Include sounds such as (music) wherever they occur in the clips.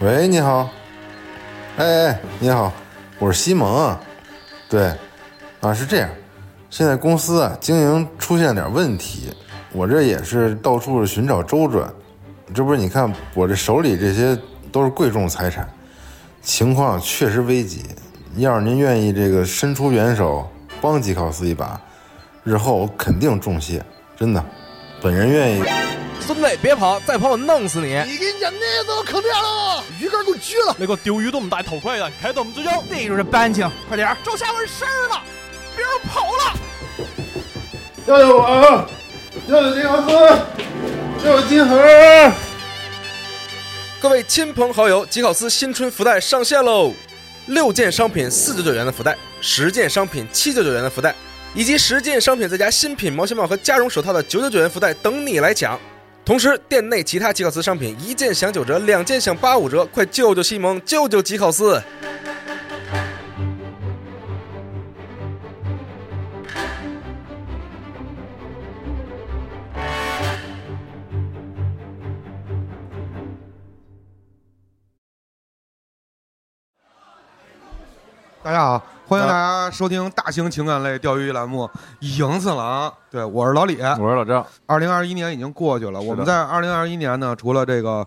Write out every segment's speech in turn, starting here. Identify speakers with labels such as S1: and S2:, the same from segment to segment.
S1: 喂，你好。哎哎，你好，我是西蒙啊。对，啊是这样，现在公司啊经营出现点问题，我这也是到处寻找周转。这不是你看我这手里这些都是贵重财产，情况确实危急。要是您愿意这个伸出援手，帮吉考斯一把，日后我肯定重谢，真的，本人愿意。
S2: 孙子，别跑，再跑我弄死你！
S3: 你给你讲那都坑掉了，鱼竿给我撅了！
S4: 那个丢鱼这么大头盔的，开动我们之交。
S5: 逮住这班青，快点儿！
S2: 周下文事儿了，别人跑了！
S3: 要有我，哎啊要有金豪斯，要有金河。
S2: 各位亲朋好友，吉考斯新春福袋上线喽！六件商品四九九元的福袋，十件商品七九九元的福袋，以及十件商品再加新品毛线帽和加绒手套的九九九元福袋等你来抢。同时，店内其他吉考斯商品一件享九折，两件享八五折，快救救西蒙，救救吉考斯！
S6: 大家好，欢迎大家收听大型情感类钓鱼栏目《赢次郎》。对，我是老李。
S7: 我是老赵，
S6: 二零二一年已经过去了，我们在二零二一年呢，除了这个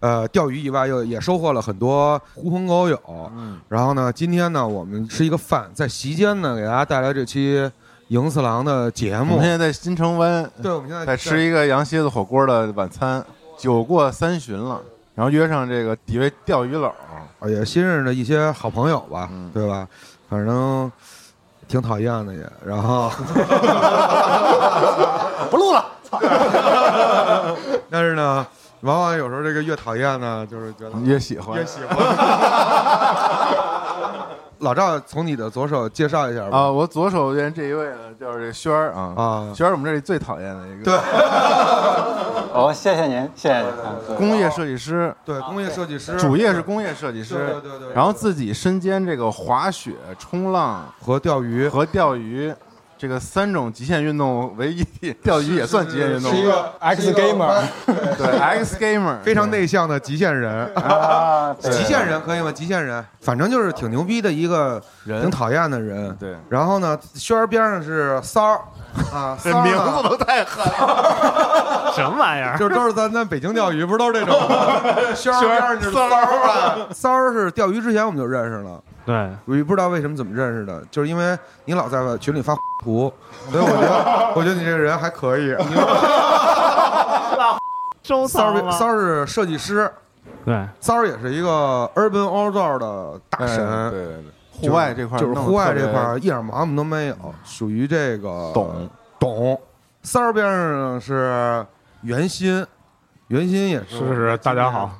S6: 呃钓鱼以外，又也收获了很多狐朋狗友。
S7: 嗯，
S6: 然后呢，今天呢，我们吃一个饭，在席间呢，给大家带来这期《赢次郎》的节
S7: 我
S6: 目
S7: 们。现在在新城湾，
S6: 对，我们现嗯在
S7: 在吃一个羊蝎子火锅的晚餐，酒过三巡了，然后约上这个几位钓鱼佬，
S6: 在，呃也新认识的一些好朋友吧，
S7: 嗯
S6: 对吧？反正挺讨厌的也，然 (laughs) 后。
S7: 不录了。
S6: 但是呢，往往有时候这个越讨厌呢，就是觉得
S7: 也喜欢
S6: 越喜欢。 (laughs) 老赵，从你的左手介绍一下吧。
S7: 啊！我左手边这一位呢，就是这轩儿啊，
S6: 啊，
S7: 轩儿我们这里最讨厌的一个，
S6: 对
S5: (laughs)
S8: 哦，谢谢您，谢谢您。嗯对
S7: 工业设计师，
S6: 对，工业设计师，
S7: 主业是工业设计
S6: 对对
S7: 师，
S6: 对对，
S7: 然后自己身兼这个滑雪、冲浪
S6: 和钓鱼，
S7: 和钓鱼。这个三种极限运动为一体，钓鱼也算极限运动，
S6: 是一个
S8: X gamer
S7: 对 X Gamer
S6: 非常
S7: 对
S6: 内向的极
S7: (laughs)
S6: 限人，
S8: 啊，
S6: (laughs)
S8: 对
S6: 极限人可以吗？极限人，反正就是挺牛逼的一个，挺
S7: 人
S6: 讨厌的人。
S7: 对，
S6: 然后呢，轩儿边上是骚
S7: (laughs)
S6: 儿啊，
S7: 这
S6: 骚儿呢
S7: 名字都太狠了。
S4: 什么玩意儿？
S6: 就是都是咱咱北京钓鱼，不是都是这种
S7: (laughs)
S6: 吗？轩儿边上就是骚儿
S7: 啊
S6: 吧？骚儿是钓鱼之前我们就认识了。
S4: 对，
S6: 我也不知道为什么怎么认识的，就是因为你老在群里发图，所以我觉得我觉得你这个人还可以。
S4: 周
S6: 骚
S4: 三
S6: 儿骚儿是设计师，
S4: 对，
S6: 骚儿也是一个 urban outdoor 的大
S7: 哎
S6: 神，
S7: 对对对，
S6: 就是
S7: 户外这块儿
S6: 就是
S7: 弄得
S6: 户外这
S7: 特别
S6: 块儿一点毛病都没有，属于这个
S7: 懂
S6: 懂。骚儿边上是袁鑫，袁鑫也是
S4: 是是，大家好，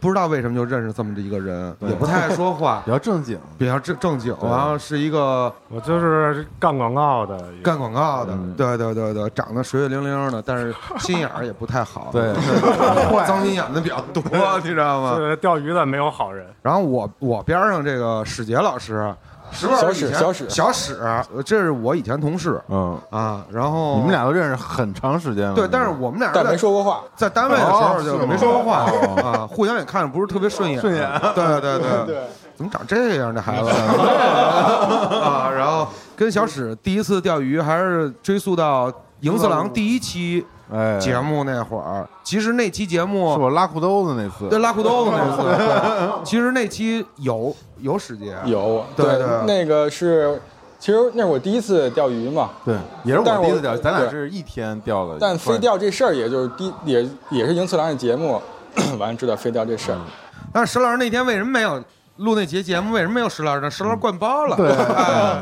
S6: 不知道为什么就认识这么一个人，
S7: 对
S6: 也不太爱
S7: (laughs)
S6: 说话
S7: 比，较正经，
S6: 比较正正经，
S7: 对
S6: 然后是一个
S4: 我就是干广告的一个，
S6: 干广告的，
S7: 嗯
S6: 对对对对，长得水水灵灵的，但是心眼儿也不太好，
S7: 对，
S6: (laughs)
S7: (laughs)
S6: 脏心眼子比较多，你知道吗？
S4: 是钓鱼的没有好人，
S6: 然后我我边上这个史杰老师，史
S8: 小史
S6: 小
S8: 小史
S6: 小史，这是我以前同事
S7: 嗯，
S6: 啊，然后
S7: 你们俩都认识很长时间了，
S6: 对，但是我们俩
S8: 但没
S6: 在
S8: 说过话。
S6: 在单位的时候
S7: 哦
S6: 就
S7: 吗
S6: 是没说过话
S7: 哦
S6: 啊，互相也看着不是特别顺眼，
S7: 顺眼，
S6: 对对对对，怎么长这样这孩子 (laughs) 啊？然后跟小史第一次钓鱼还是追溯到赢次郎第一期。
S7: 哎，
S6: 节目那会儿，其实那期节
S7: 是
S6: 目
S7: 我拉裤兜子那次
S6: 对，拉裤兜子那
S7: (laughs)
S6: 次，对其实那期有有时间，
S8: 有，
S6: 对对
S8: 那个是，其实那是我第一次钓鱼嘛，
S7: 对，也是
S8: 但
S7: 我第一
S8: 是我
S7: 次钓，咱俩
S8: 对
S7: 是一天钓的，
S8: 但飞钓这事儿，也就是第也也是赢次郎的节目， (clears throat) 完了知道飞钓这事儿。
S6: 但是石老师那天为什么没有录那节节目？为什么没有石老师呢？石老师灌包了，
S7: 嗯
S6: (laughs)
S7: 对
S6: 哎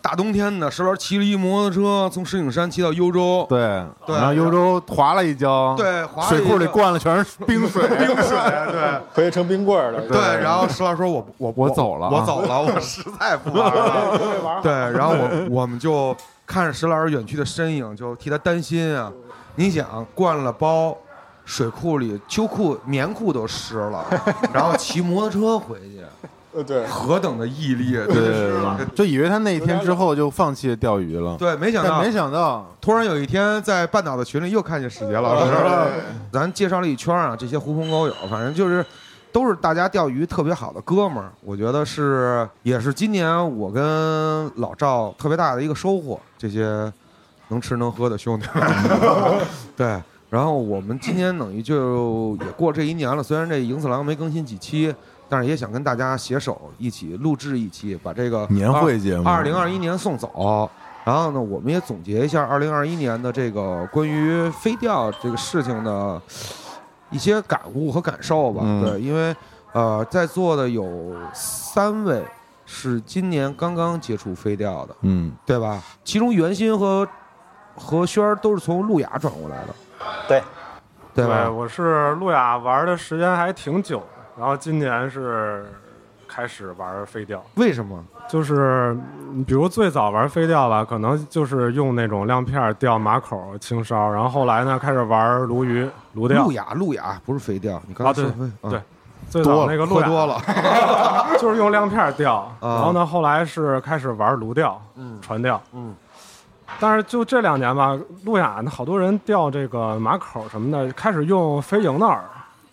S6: 大冬天的，石老师骑了一摩托车从石景山骑到幽州，
S7: 对，
S6: 对
S7: 然后幽州划了一跤，，
S6: 对，滑了一
S7: 水
S6: 个
S7: 库里灌了全是冰
S6: (laughs)
S7: 水，冰水，对，
S8: 回去成冰棍儿了。
S6: 对，然后石老师说我我
S7: 我走了啊
S6: 我走
S7: (laughs)
S6: 了，我实在不玩了。对，然后我我们就看着石老师远去的身影，就替他担心啊。你想，灌了包，水库里秋裤、棉裤都湿了，然后骑摩托车回去，
S8: 呃对，
S6: 何等的毅力！啊对
S7: 对
S6: (laughs)
S7: 对，对就以为他那一天之后就放弃钓鱼了，
S6: 对，没想
S7: 但
S6: 到
S7: 没想到，
S6: 突然有一天，在半
S7: 哦
S6: 岛的群里又看见史杰老师了。咱介绍了一圈啊，这些狐朋狗友，反正就是都是大家钓鱼特别好的哥们儿，我觉得是也是今年我跟老赵特别大的一个收获，这些能吃能喝的兄弟。
S7: (laughs)
S6: 对，然后我们今年等于就也过这一年了，虽然这银次郎没更新几期，但是也想跟大家携手一起录制一期，把这个
S7: 年会节目
S6: 二零二一年送走。然后呢，我们也总结一下二零二一年的这个关于飞钓这个事情的一些感悟和感受吧。
S7: 嗯
S6: 对，因为呃，在座的有三位是今年刚刚接触飞钓的，
S7: 嗯，
S6: 对吧？其中袁鑫和和轩儿都是从路亚转过来的，
S5: 对
S6: 对吧？
S4: 我是路亚玩的时间还挺久的，然后今年是开始玩飞钓，
S6: 为什么？
S4: 就是嗯比如最早玩飞钓吧，可能就是用那种亮片儿钓马口、青烧，然后后来呢开始玩鲈鱼、鲈钓
S6: 路。亚路亚不是飞钓，你刚
S4: 啊，
S6: 才
S4: 对
S6: 说飞、嗯
S4: 对，最早那个路
S6: 喝
S4: 亚
S6: 多了， (laughs)
S4: 就是用亮片儿钓，然后呢，后来是开始玩鲈钓、船钓，
S6: 啊嗯。
S4: 但是就这两年吧，路亚好多人钓这个马口什么的，开始用飞蝇的饵，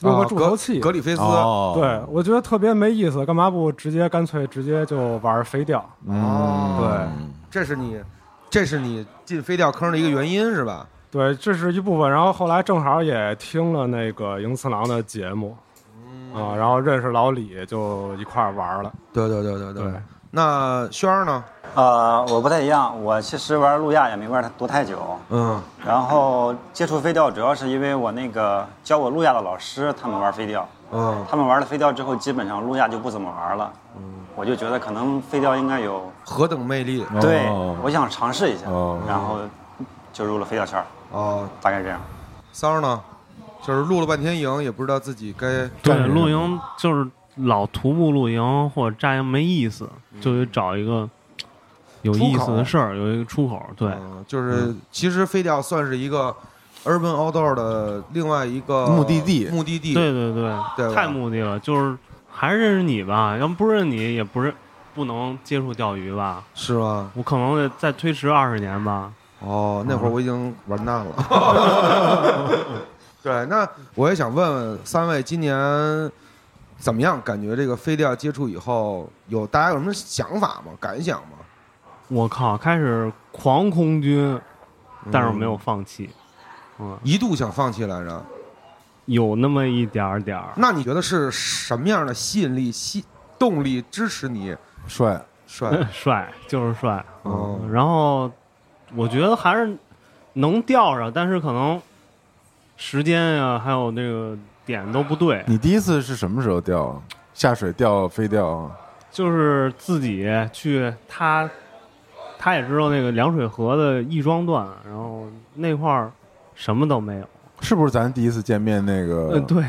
S4: 用个
S6: 啊
S4: 助
S6: 格
S4: 头器。
S6: 格里菲斯，
S7: 哦，
S4: 对，我觉得特别没意思，干嘛不直接干脆直接就玩飞钓？
S6: 哦
S7: 嗯
S6: 这是你，这是你进飞钓坑的一个原因是吧？
S4: 对，这是一部分。然后后来正好也听了那个营次郎的节目，
S6: 嗯
S4: 啊、然后认识老李，就一块儿玩了。
S6: 对对对对
S4: 对，
S6: 那轩儿呢？
S5: 呃，我不太一样，我其实玩路亚也没玩它多太久，
S6: 嗯，
S5: 然后接触飞钓主要是因为我那个教我路亚的老师他们玩飞钓，
S6: 嗯，
S5: 他们玩了飞钓之后，基本上路亚就不怎么玩了。我就觉得可能飞钓应该有，
S6: 何等魅力
S7: 哦
S5: 对我想尝试一下
S7: 哦，
S5: 然后就入了飞钓圈儿，
S6: 哦，
S5: 大概这样。
S6: 三儿呢？就是录了半天营，也不知道自己该
S9: 对，
S7: 嗯
S9: 露营就是老徒步露营或者扎营没意思，就得找一个有意思的事儿，有一个出口。对，
S6: 嗯，就是其实飞钓算是一个 urban outdoor 的另外一个
S7: 目的地
S6: 目的地。
S9: 对对对，
S6: 对吧
S9: 太目的了，就是还是认识你吧，要不认识你也不认，不能接触钓鱼吧。
S6: 是吗？
S9: 我可能得再推迟二十年吧。
S6: 哦，那会儿我已经完蛋了。对，那我也想问问三位，今年怎么样？感觉这个飞钓接触以后，有大家有什么想法吗？感想吗？
S9: 我靠，开始狂空军，嗯但是我没有放弃，
S6: 嗯一度想放弃来着。
S9: 有那么一点儿点 (laughs) 儿。
S6: 那你觉得是什么样的吸引力、吸动力支持你
S7: 帅，
S9: (laughs)
S6: 帅？
S9: 帅就是帅，
S6: 哦
S9: 嗯，然后我觉得还是能钓着，但是可能时间呀、还有那个点都不对，
S7: 你第一次是什么时候钓啊？下水钓飞钓啊？
S9: 就是自己去他，他也知道那个凉水河的亦庄段，然后那块儿什么都没有，
S7: 是不是咱第一次见面那
S9: 嗯、
S7: 个？
S9: (laughs) 对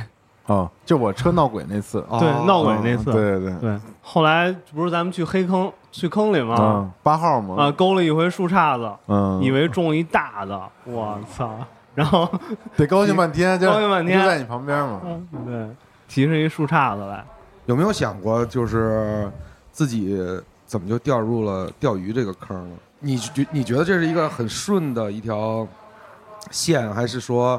S7: 啊，就我车闹鬼那次，
S9: (laughs) 对，
S6: 哦
S9: 闹鬼那次，
S7: 对对对，
S9: 对，后来不是咱们去黑坑去坑里吗？
S7: 啊，八号
S9: 啊，
S7: 嘛，
S9: 勾了一回树杈子，
S7: 嗯，
S9: 以为中一大的，我操！ (laughs) 然后
S7: 得高兴半天，就
S9: 高兴半天
S7: 就在你旁边嘛，
S9: 对，提着一树杈子来。
S6: 有没有想过，就是自己怎么就掉入了钓鱼这个坑了？你觉你觉得这是一个很顺的一条线，还是说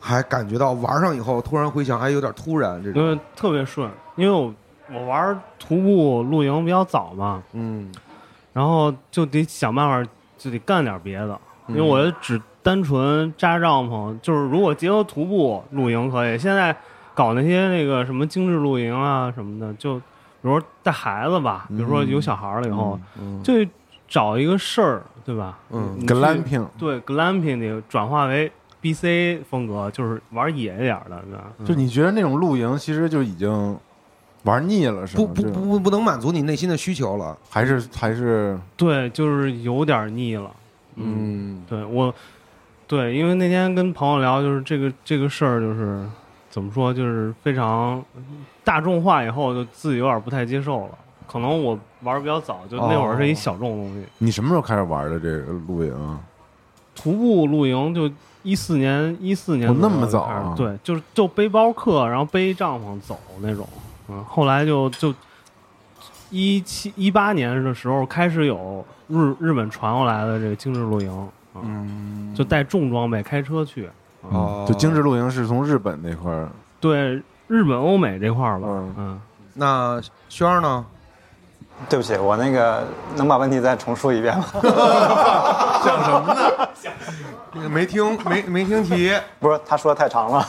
S6: 还感觉到玩上以后突然回想，还有点突然这
S9: 因
S6: 种？
S9: 为特别顺，因为我我玩徒步露营比较早嘛，
S6: 嗯，
S9: 然后就得想办法，就得干点别的，因为我只单纯扎帐篷，就是如果结合徒步露营可以，现在搞那些那个什么精致露营啊什么的，就比如说带孩子吧，比如说有小孩了以后，就找一个事儿，对吧？
S6: 嗯
S9: 你去
S7: glamping
S9: 对 glamping 得转化为 B C 风格，就是玩野一点儿的，对吧？
S7: 就你觉得那种露营其实就已经玩腻了，是
S6: 不
S7: 吗？
S6: 不
S7: 就
S6: 不，不不能满足你内心的需求了。
S7: 还是还是
S9: 对，就是有点腻了。
S6: 嗯，
S9: 对我，对，因为那天跟朋友聊，就是这个这个事儿，就是怎么说，就是非常大众化以后，就自己有点不太接受了。可能我玩儿比较早，就那会儿是一小众东西。
S7: 你什么时候开始玩的这个露营啊？
S9: 徒步露营就一四年，一四年
S7: 哦那
S9: 左右
S7: 么
S9: 就
S7: 早
S9: 开始
S7: 啊
S9: 对，就是就背包客，然后背帐篷走那种。嗯，后来就就一七一八年的时候开始有日日本传过来的这个精致露营，嗯，就带重装备开车去。
S6: 哦，
S5: 呃
S7: 就精致露营是从日本那块儿
S9: 对，日本、欧美这块儿吧。
S6: 嗯
S9: 嗯，
S6: 那轩儿呢？
S5: 对不起，我那个能把问题再重述一遍吗？ (laughs)
S6: 想什么呢？没听没没听题，
S5: 不是，他说的太长了。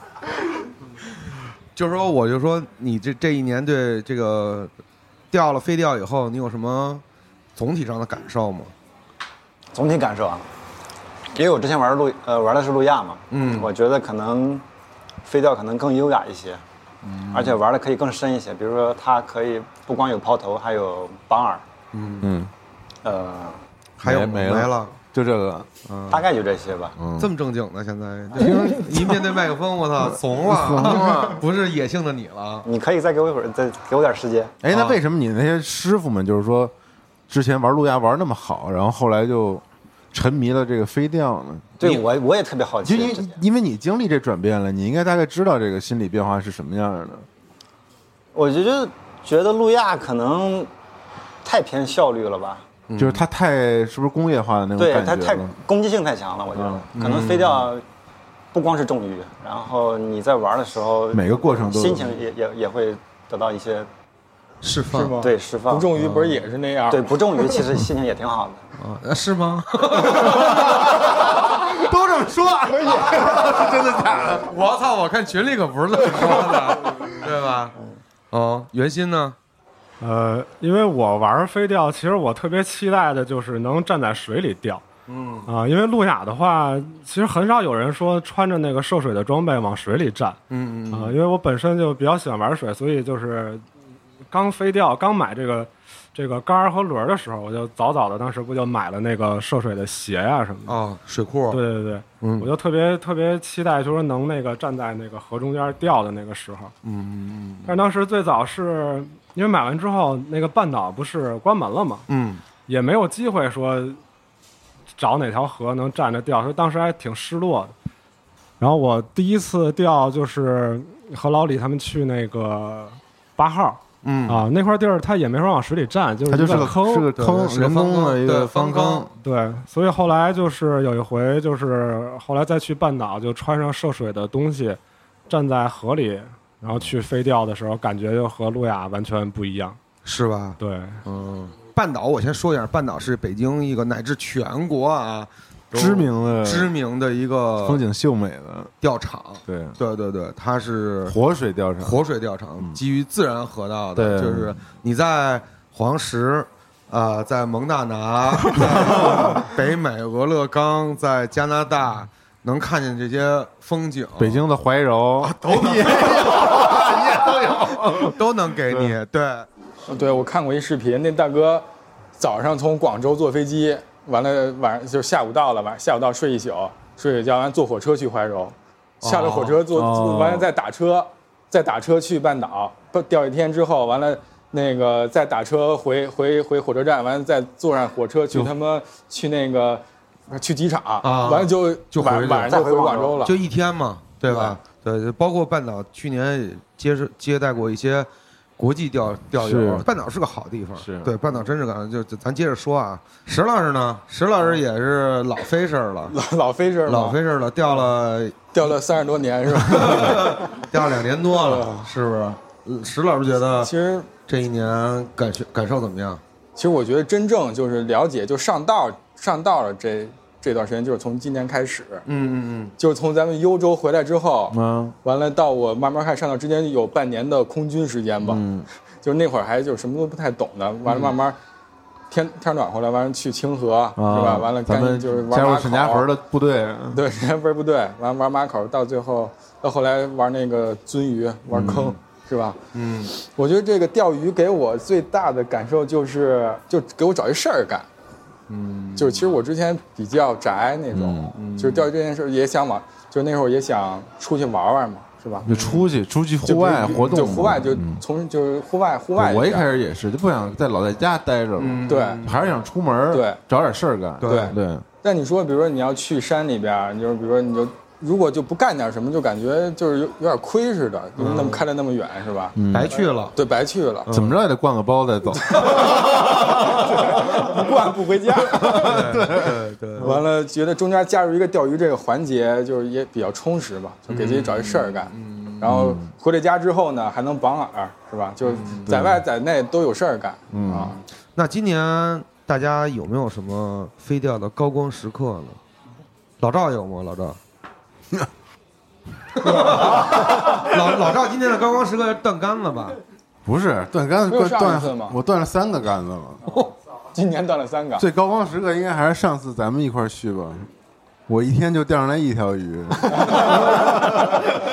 S5: (laughs)
S6: 就是说我就说你这这一年对这个掉了飞掉以后，你有什么总体上的感受吗？
S5: 总体感受啊，因为我之前玩路呃玩的是路亚嘛，
S6: 嗯
S5: 我觉得可能飞钓可能更优雅一些，
S7: 嗯
S5: 而且玩的可以更深一些。比如说它可以不光有抛投，还有绑饵，
S7: 嗯，
S5: 呃，
S6: 还有
S7: 没
S6: 没
S7: 了
S6: 了？
S7: 就这个，
S5: 大概就这些吧。
S7: 嗯，
S6: 这么正经呢？现在听一面对麦克风，
S7: (laughs)
S6: 我操，怂了， (laughs) 不是野性的你了。
S5: 你可以再给我一会儿，再给我点时间。
S7: 哎，那
S6: 啊
S7: 为什么你那些师傅们就是说，之前玩路亚玩那么好，然后后来就沉迷了这个飞钓呢？
S5: 对我我也特别好
S7: 就
S5: 奇这
S7: 因
S5: 点，
S7: 因为你经历这转变了，你应该大概知道这个心理变化是什么样的。
S5: 我觉得觉得路亚可能太偏效率了吧，
S7: 就是它太是不是工业化的那种
S5: 嗯对它
S7: 感觉嗯
S5: 太
S7: 了？
S5: 攻击性太强了，我觉得、可能飞钓不光是重鱼，然后你在玩的时候，
S7: 每个过程都
S5: 心情也也也会得到一些
S6: 释
S8: 是
S6: 放
S8: 吗？
S5: 对释放。
S8: 不重于不是也是那样？
S5: 对，不重于，其实心情也
S7: (laughs)
S5: 挺好的。
S6: 啊，呃是吗？
S7: 都这么说，真的假的？
S6: 我操！我看群里可不是这么说的，
S7: (laughs)
S6: 对吧？
S7: 嗯
S6: 哦，袁鑫呢？
S4: 呃，因为我玩飞钓，其实我特别期待的就是能站在水里钓。嗯啊、因为路亚的话，其实很少有人说穿着那个涉水的装备往水里站。
S6: 嗯
S4: 啊、因为我本身就比较喜欢玩水，所以就是刚飞钓、刚买这个这个杆儿和轮儿的时候，我就早早的当时不就买了那个涉水的鞋呀、什么的。
S6: 哦，水库。
S4: 对对对，
S6: 嗯
S4: 我就特别特别期待，就是能那个站在那个河中间钓的那个时候。
S6: 嗯
S4: 但是当时最早是因为买完之后，那个半岛不是关门了嘛，
S6: 嗯
S4: 也没有机会说找哪条河能站着钓，所以当时还挺失落的。然后我第一次钓就是和老李他们去那个八号
S6: 嗯
S4: 啊、那块地儿，他也没说往水里站，就是
S7: 它就是
S4: 一
S7: 个
S4: 坑，
S7: 是个
S6: 对
S7: 坑，
S6: 是个
S7: 人
S6: 方
S7: 工的
S6: 坑
S7: 一
S6: 对
S7: 个
S6: 方
S7: 坑。
S4: 对，所以后来就是有一回，就是后来再去半岛，就穿上涉水的东西，站在河里，然后去飞钓的时候，感觉就和路亚完全不一样。
S6: 是吧？
S4: 对，
S6: 嗯，半岛，我先说一下，半岛是北京一个乃至全国啊
S7: 知名的
S6: 知名的一个
S7: 风景秀美的，
S6: 钓场。
S7: 对，
S6: 对对对，它是
S7: 活水钓场，
S6: 活水钓场，基于自然河道的，
S7: 对
S6: 就是你在黄石。啊、在蒙
S7: (laughs)
S6: 大拿，在北美俄勒冈，在加拿大，能看见这些风景，
S7: 北京的怀
S5: 啊
S7: 柔，
S6: 都能给你。对，
S8: 对，我看过一视频，那大哥早上从广州坐飞机，完了晚上就下午到了，晚下午到睡一宿，睡一觉完坐火车去怀柔，下了火车坐、
S7: 哦
S8: 完了再打车，再打车去半岛，不钓一天之后完了。那个再打车回回回火车站，完了再坐上火车去他妈去那个去机场，
S6: 啊
S8: 完了就
S6: 就回
S8: 晚
S6: 去
S8: 晚上就
S5: 再回广
S8: 广
S5: 州
S8: 州了。
S6: 就一天嘛，对吧？对，就包括半岛去年也接是接待过一些国际钓钓友，
S7: 是
S6: 半岛是个好地方，
S7: 是
S6: 对，半岛真是个就就咱接着说啊，石老师呢，石老
S7: 哦
S6: 师也是老飞事儿了，
S8: 老老飞是吗？
S6: 老飞事儿了，钓了
S8: 钓了三十多年是吧？
S6: 钓了两年多了，是不是？嗯石老师觉得
S8: 其实
S6: 这一年感受感受怎么样？
S8: 其实我觉得真正就是了解，就上道上道了这这段时间，就是从今年开始，
S6: 嗯嗯
S8: 就是从咱们幽州回来之后，
S7: 嗯，
S8: 完了到我慢慢看上道之间有半年的空军时间吧，
S7: 嗯，
S8: 就是那会儿还就是什么都不太懂呢，完了慢慢天天暖和了，完了去清河、
S7: 啊，
S8: 是吧？完了
S7: 咱
S8: 干
S7: 们
S8: 就是玩
S7: 加
S8: 马
S7: 入
S8: 口
S7: 沈家屯的部队，嗯
S8: (laughs) 对，沈家坟不对，完玩马口，到最后到后来玩那个鳟鱼，玩坑、是吧？
S6: 嗯
S8: 我觉得这个钓鱼给我最大的感受就是，就给我找一事儿干。嗯，就是其实我之前比较宅那种，
S7: 嗯
S8: 就是钓鱼这件事儿也想往，就那会儿也想出去玩玩嘛，是吧？
S7: 就出去出去
S8: 就
S7: 户外
S8: 不是
S7: 活动嘛，
S8: 就户外就
S7: 嗯
S8: 从就是户外户外点。
S7: 我一开始也是，就不想再老在家待着了，
S6: 嗯，
S8: 对
S7: 还是想出门儿
S8: 对
S7: 找点事儿干，
S8: 对
S7: 对，
S8: 但你说，比如说你要去山里边儿，你就是比如说你就如果就不干点什么，就感觉就是有有点亏似的，因为那么开的那么远是吧？
S7: 嗯
S6: 白去了。
S7: (laughs)
S8: 对，白去了。嗯
S7: 怎么着也得灌个包再走，
S8: 不惯晚不回家。
S6: 嗯 (laughs) 对对对，
S8: (laughs) 完了，觉得中间加入一个钓鱼这个环节，就是也比较充实吧，就
S7: 嗯
S8: 给自己找一事儿干。然后回了家之后呢，还能绑饵，是
S7: 嗯
S8: 吧？就是在外在内都有事儿干啊。
S6: 那今年大家有没有什么飞钓的高光时刻呢？老赵有吗？老 (laughs) 赵，老老赵今天的高光时刻是断竿子吧？
S7: 不是断竿
S8: 没有
S7: 子，
S8: 上一
S7: 断
S8: 次吗
S7: 我断了三个杆子了。
S8: 今年断了三个，
S7: 最高光时刻应该还是上次咱们一块儿去吧，我一天就钓上来一条
S8: (laughs)
S7: 鱼，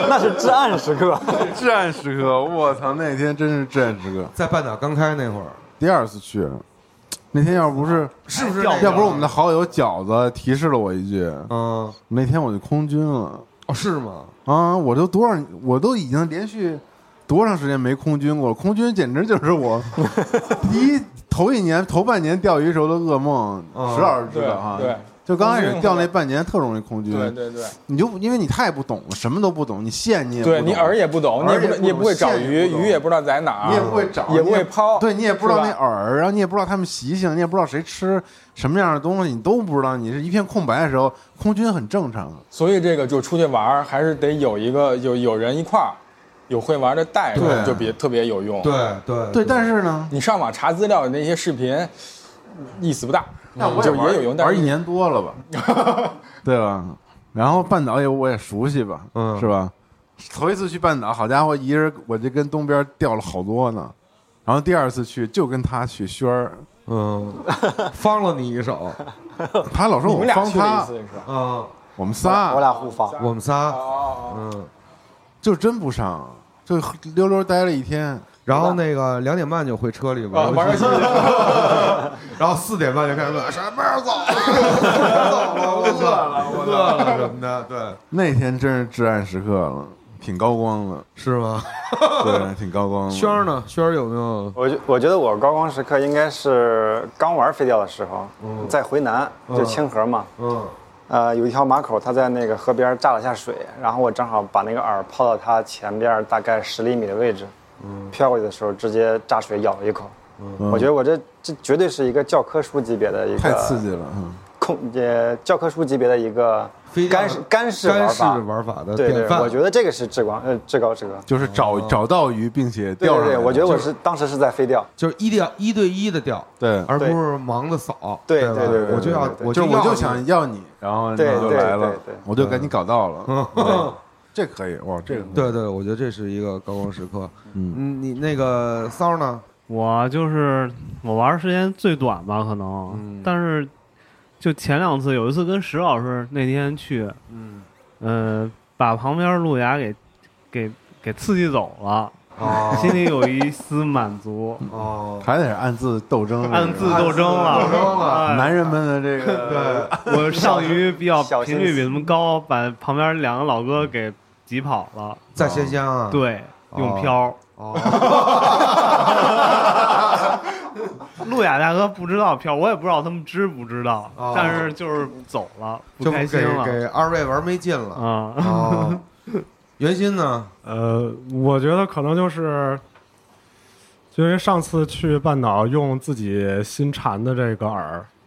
S5: 那是至暗时刻。
S7: 至暗时刻，我操，那天真是至暗时刻。
S6: 在半岛刚开那会儿，
S7: 第二次去，那天要不是
S6: 是不是
S7: 要不是我们的好友饺子提示了我一句，
S6: 嗯
S7: 那天我就空军了
S6: 哦是吗？
S7: 啊！我都多少，我都已经连续多长时间没空军过了？空军简直就是我
S8: (laughs)
S7: 第一头一年头半年钓鱼时候的噩梦，
S6: 哦
S7: 石老师知
S8: 嗯对
S7: 道哈。
S8: 对
S7: 就刚开始
S8: 空军
S7: 钓那半年特容易空军，
S8: 对对对，
S7: 你就因为你太不懂了，什么都不懂，你线你也不
S8: 对
S7: 懂，
S8: 你饵也不懂，你也
S7: 饵也
S8: 不
S7: 不
S8: 你也不会找
S7: 懂线也
S8: 鱼，
S7: 不懂
S8: 鱼也不知道在哪儿，
S7: 你也不会找，
S8: 也不会抛，
S7: 对你也不知道那
S8: 是吧
S7: 饵，然后你也不知道它们习性，你也不知道谁吃什么样的东西，你都不知道，你是一片空白的时候，空军很正常。
S8: 所以这个就出去玩儿还是得有一个有有人一块儿，有会玩的带着，
S7: 对
S8: 就比特别有用。
S6: 对对
S7: 对，但是呢，
S8: 你上网查资料那些视频，意思不大，
S7: 嗯
S8: 就也有用，但
S7: 玩一
S8: 是
S7: 年多了
S8: (laughs)
S7: 吧，对吧？然后半岛也我也熟悉吧，
S6: 嗯
S7: 是吧？头一次去半岛，好家伙，一人我就跟东边钓了好多呢。然后第二次去就跟他去轩儿，
S6: 嗯，方了你一手，
S7: 他老说
S8: 你
S7: 我
S8: 们俩
S7: 帮
S8: 去了一
S7: 他，
S8: 次是吧？
S6: 嗯，
S7: 我们仨
S5: 我俩互发，
S6: 我们仨，
S8: 哦，
S6: 嗯，
S7: 就真不上，就溜溜待了一天。
S6: 然后那个两点半就回车里
S8: 哦
S6: 玩
S8: 玩游戏，
S6: 然后四点半就开始问什么时候走
S7: (laughs)
S6: 啊，走了，我饿了，我饿了什么的，对，
S7: 那天真是至暗时刻了，挺高光的，
S6: 是吗？
S7: (laughs) 对，挺高光的。
S6: 轩儿呢？轩儿有没有？
S5: 我觉我觉得我高光时刻应该是刚玩飞钓的时候，在回南就清河嘛，
S6: 嗯，
S5: 呃，有一条马口，它在那个河边炸了下水，然后我正好把那个饵抛到它前边大概十厘米的位置，飘过去的时候直接炸水咬了一口，我觉得我这这绝对是一个教科书级别的一个
S7: 太刺激了，嗯
S5: 控呃教科书级别的一个
S6: 非常
S5: 干式干式
S6: 干
S5: 玩
S6: 式
S5: 法，
S6: 玩法的
S5: 对对
S6: 典，范，
S5: 我觉得这个是至高呃至高至高。
S7: 就是找找到鱼并且
S5: 对
S7: 钓上
S5: 对
S7: 来
S5: 对，
S7: 的。
S5: 我觉得我是当时是在飞钓，
S6: 就是一钓一对一的钓，
S7: 对，
S6: 而不是忙着扫，
S5: 对
S6: 吧
S5: 对对对对
S6: 我就要，
S5: 对
S6: 我
S7: 就是
S6: 要
S7: 我就想要你，然后你
S5: 对
S7: 就
S5: 对
S7: 来了
S5: 对对，
S7: 我就给你搞到了。
S6: 嗯。
S7: 这可以，哇，这个
S6: 对对，我觉得这是一个高光时刻。
S7: 嗯
S6: 嗯，你那个骚儿呢？
S9: 我就是我玩儿时间最短吧，可能，但是就前两次，有一次跟石老师那天去，嗯，呃，把旁边路牙给给给刺激走了，
S6: 哦
S9: 心里有一丝满足，
S6: 哦，
S7: 还得是暗自斗争，
S9: 暗自斗争了，
S6: 斗争了
S9: 哎
S7: 男人们的这个
S9: 我上鱼比较
S5: 小心
S9: 频率比他们高，把旁边两个老哥给挤跑了，
S6: 在仙乡啊？，
S9: 哦对，用漂儿。
S6: 哦，
S9: (laughs) 路亚大哥不知道漂，我也不知道他们知不知道，
S6: 哦
S9: 但是就是走了，不
S6: 就
S9: 开
S6: 给
S9: 心了
S6: 给二位玩没劲了。
S9: 啊。
S6: 哦，袁鑫呢？
S4: 呃，我觉得可能就是，就因为上次去半岛用自己新缠的这个饵，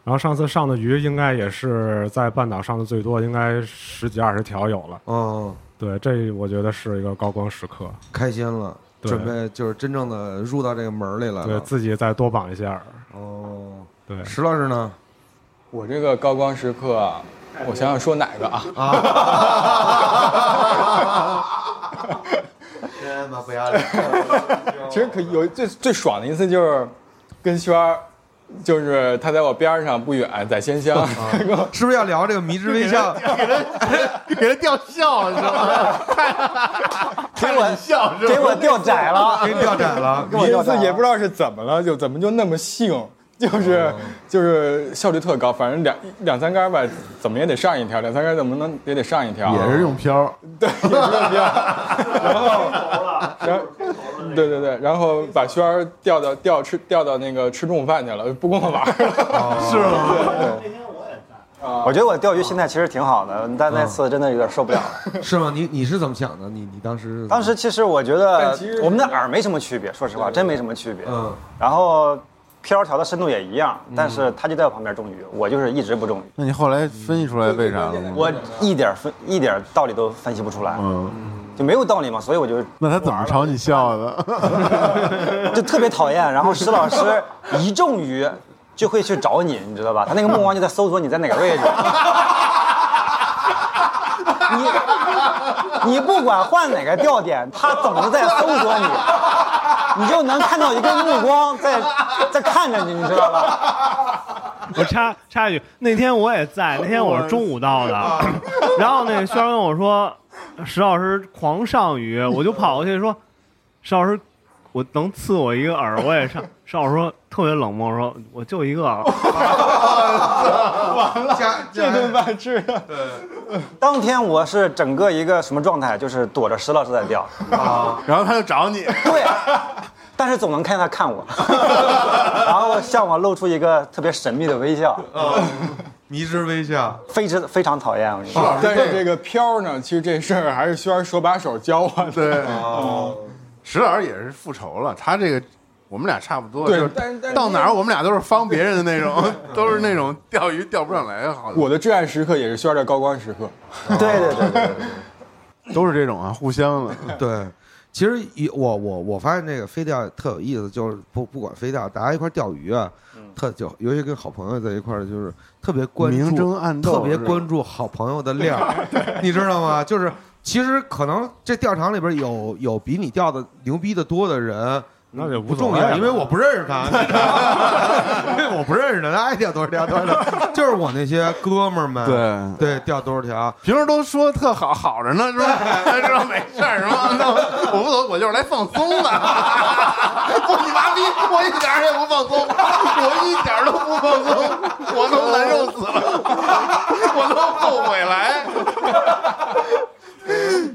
S4: 然后上次上的鱼应该也是在半岛上的最多，应该十几二十条有了。
S6: 嗯，
S4: 对，这我觉得是一个高光时刻，
S6: 开心了，
S4: 对
S6: 准备就是真正的入到这个门儿里来
S4: 对
S6: 了。
S4: 自己再多绑一些饵。
S6: 哦，
S4: 对，
S6: 石老师呢？
S8: 我这个高光时刻啊，我想想说哪个啊？
S7: 哎
S5: 哎
S7: 真他妈不要脸，
S8: 其实可以有最最爽的一次就是跟轩儿，就是他在我边儿上不远，在仙乡，
S7: 啊
S6: 是不是要聊这个迷之微笑？
S7: (laughs) 给他吊笑了是
S5: (laughs)
S7: 吧？ (laughs)
S5: 给我给我钓窄 (laughs) 了，
S6: 给你掉窄了。
S5: 给我
S8: 第一
S5: 钓窄
S7: 啊
S8: 次
S5: 了
S8: 也不知道是怎么了，就怎么就那么兴，就是
S7: 哦
S8: 就是效率特高，反正两两三杆吧，怎么也得上一条，两三杆怎么能也得上一条，
S7: 也是用漂，
S8: 对， (laughs) 也是这样。然后，然后， (laughs) 对对对，然后把轩儿调到调吃调到那个吃中午饭去了， (laughs) 不跟我玩儿了。是吗？
S5: 我觉得我钓鱼心态其实挺好的，
S8: 嗯
S5: 但那次真的有点受不了了。
S6: 是吗？你你是怎么想的？你你当时是
S5: 当时其实我觉
S8: 但
S5: 得
S8: 其实
S5: 我们的饵没什么区别，说实话，真没什么区别。
S6: 嗯，
S5: 然后漂流条的深度也一样，
S8: 嗯
S5: 但是他就在我旁边种鱼，我就是一直不种鱼，
S10: 那你后来分析出来为啥了
S8: 嗯
S10: 吗？
S5: 我一点分一点道理都分析不出来，就没有道理嘛，所以我就
S10: 那他怎么朝你笑 (laughs) 的？
S5: (laughs) 就特别讨厌。然后石老师一中鱼就会去找你，你知道吧？他那个目光就在搜索你在哪个位置。你你不管换哪个钓点，他总是在搜索你，你就能看到一个目光在在看着你，你知道吧？
S9: 我插插一句，那天我也在，那天我是中午到的，
S6: 哦
S9: (laughs) 然后那个轩儿跟我说，石老师狂上鱼，我就跑过去说，石老师，我能赐我一个饵，我也上。石老师说特别冷漠，说我就一个饵，
S6: 加这顿饭
S5: 当天我是整个一个什么状态，就是躲着石老师在钓，
S7: 然后他就
S10: (laughs)
S7: 找你，
S5: 对，但是总能看见他
S7: (laughs)
S5: 看我，然后向我露出一个特别神秘的微笑，
S7: 啊
S6: 迷之微笑，
S5: 非常非常讨厌。我跟你说，
S8: (laughs) 但是这个漂呢，其实这事儿还是轩儿手把手教我的。
S7: 对，哦石老师也是复仇了，他这个我们俩差不多，
S8: 对
S7: 就是
S8: 但是但是
S7: 到哪儿我们俩都是帮别人的那种， (laughs) 都是那种钓鱼钓不上来的好的。
S8: 我的至暗时刻也是轩儿的高光时刻。
S7: 啊
S5: 对对对对对。
S10: 都是这种啊，互相的。
S6: 对。其实一我我我发现这个飞钓特有意思，就是不不管飞钓，大家一块儿钓鱼啊，
S10: 嗯
S6: 特就尤其跟好朋友在一块儿，就是特别关注，
S10: 明争暗斗
S6: 特别
S10: 是吧
S6: 关注好朋友的量， (laughs) 你知道吗？就是其实可能这钓场里边有有比你钓的牛逼的多的人，
S11: (laughs) 那就
S6: 不
S11: 无所
S6: 重
S11: 谓
S6: 要，
S11: 了
S6: 因为
S11: (laughs)
S6: 我不认识他， (laughs) 因为我不认识他，他爱钓多少钓多少条，就是我那些哥们儿们，
S10: 对，
S6: 对钓多少条，
S7: 平时都说特好，好着呢，是吧？是吧？没事儿，是吧？ (laughs) 那我我不走，我就是来放松的。不，你妈逼，我一点儿也不放松，我一点儿都不放松，我都难受死了，我都后悔来。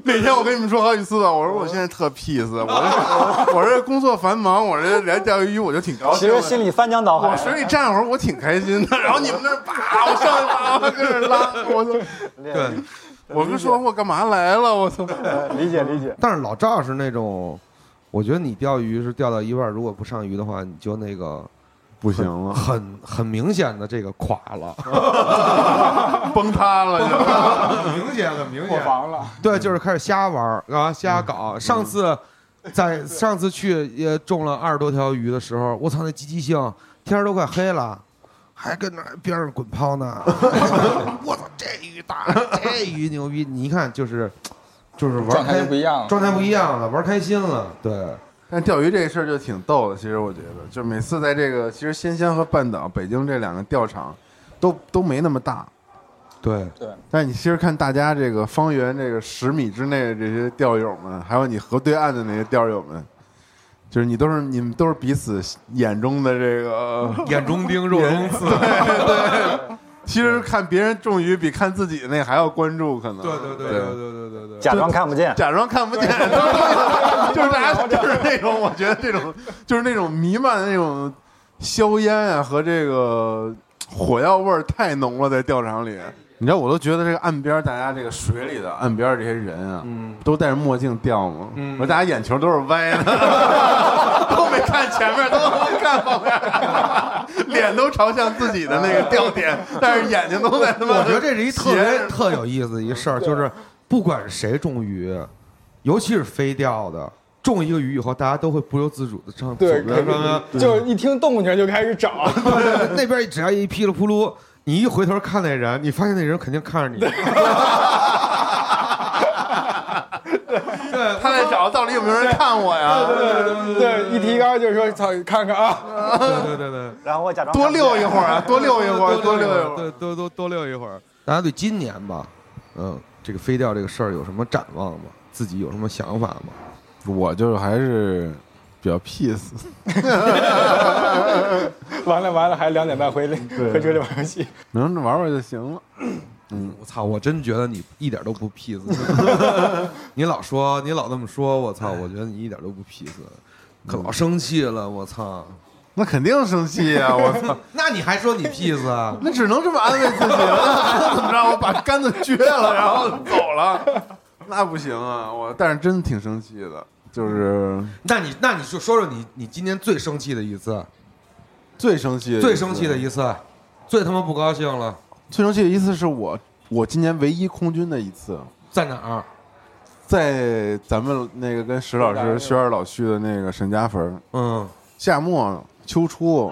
S7: 那天我跟你们说好几次了，我说我现在特 peace，我啊这我这工作繁忙，我这来钓鱼我就挺高
S5: 其
S7: 兴
S5: 实
S7: 的。
S5: 心里翻江倒
S7: 往
S5: 海，
S7: 水里站会儿，我挺开心的。然后你们那儿啪，我上去啪，我跟着拉，我操！
S6: 对。
S7: 我跟说我干嘛来了？我操！
S5: 呃理解理解。
S6: 但是老赵是那种，我觉得你钓鱼是钓到一半，如果不上鱼的话，你就那个
S10: 不行了，
S6: 很很明显的这个垮了，
S7: 崩塌了就。 (laughs)
S6: 很明显很明
S8: 破。防了，
S6: 对，就是开始瞎玩儿啊，瞎搞。上次在上次去也中了二十多条鱼的时候，我操，那积极性，天儿都快黑了。还跟那边上滚抛呢， (laughs) 我操，这鱼大，这鱼牛逼！你一看就是，就是玩
S8: 状态
S6: 开
S8: 就不一样了。
S6: 状态不一样了，玩开心了，对。
S7: 但钓鱼这事儿就挺逗的，其实我觉得，就每次在这个其实仙乡和半岛、北京这两个钓场，都都没那么大。
S6: 对，
S7: 但你其实看大家这个方圆这个十米之内的这些钓友们，还有你河对岸的那些钓友们，就是你都是你们都是彼此眼中的这个
S6: 眼中钉，肉中刺。
S7: 其实看别人中鱼比看自己那还要关注，可能
S6: 对对对对对对对对。
S5: 假装看不见，
S7: 假装看不见， (laughs) 就是大家就是那种，我觉得这种就是那种弥漫的那种硝烟啊和这个火药味儿太浓了，在钓场里。你知道，我都觉得这个岸边儿大家这个水里的岸边儿这些人啊，
S6: 嗯
S7: 都戴着墨镜钓嘛，我说大家眼球都是歪的，
S6: (laughs)
S7: 都没看前面，都没看后面，脸都朝向自己的那个钓点，但是眼睛都在他妈。
S6: 我觉得这是一特
S7: 斜
S6: 别
S7: 着
S6: 特有意思的一
S7: (laughs)
S6: 事儿，就是不管是谁中鱼，尤其是飞钓的，中一个鱼以后，大家都会不由自主的上
S8: 对，啊
S6: 左边上
S7: (laughs)
S6: 面
S8: 就是一听动静就开始找，
S6: 那边只要一噼里扑噜，你一回头看那人，你发现那人肯定看着你。
S7: 他在找到底有没有人看我呀？
S8: 对，一提杆就说操，看看啊，
S6: 对对对对。
S5: 然后我假装
S7: 多
S5: 看不见
S7: 溜一会儿啊，多溜一会儿，多溜一会儿。
S6: 对，多多多溜一会儿。大家对今年吧，嗯，这个飞钓这个事儿有什么展望吗？自己有什么想法吗？
S7: 我就还是比较 peace，
S8: 完了完了，还两点半回来回车里玩游戏。
S7: 能玩玩就行了。
S6: 我操！我真觉得你一点都不 (laughs) peace，你老说你老这么说，我操！我觉得你一点都不 peace，可老生气了，我操！
S7: 那肯定生气 (laughs) 呀、我操！
S6: 那你还说你 peace 啊？
S7: 那只能这么安慰自己了， (laughs) 还能怎么着？我把杆子撅了，然后走了，那不行啊！我但是真的挺生气的，就是
S6: 嗯那你那你就说说你你今年最生气的一次，
S7: 最生气的一次
S6: 最生气的一次，最他妈不高兴了，
S7: 最生气的一次是我我今年唯一空军的一次，
S6: 在哪儿？
S7: 在咱们那个跟石老师、薛二老去的那个沈家坟儿，
S6: 嗯，
S7: 夏末秋初，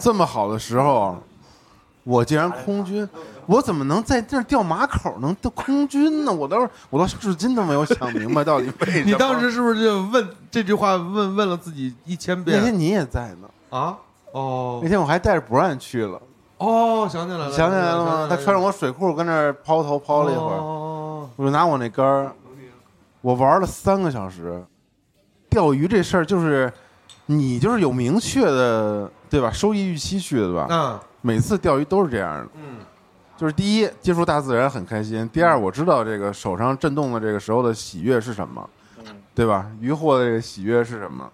S7: 这么好的时候，我竟然空军，我怎么能在这儿掉马口能掉空军呢？我到我到至今都没有想明白到底为什么。
S6: (laughs) 你当时是不是就问这句话问问了自己一千
S7: 那
S6: 遍
S7: 天你也在呢，
S6: 啊？哦
S7: 那天我还带着 Brian 去了，
S6: 哦，想起来了，
S7: 你想起来了吗？他穿着我水裤跟那儿抛头抛了一会儿，
S6: 哦，
S7: 我就拿我那杆儿，我玩了三个小时。钓鱼这事儿就是，你就是有明确的对吧？收益预期去的对吧？
S6: 嗯
S7: 每次钓鱼都是这样的，
S6: 嗯，
S7: 就是第一接触大自然很开心，第二我知道这个手上震动的这个时候的喜悦是什么，对吧？渔获的这个喜悦是什么？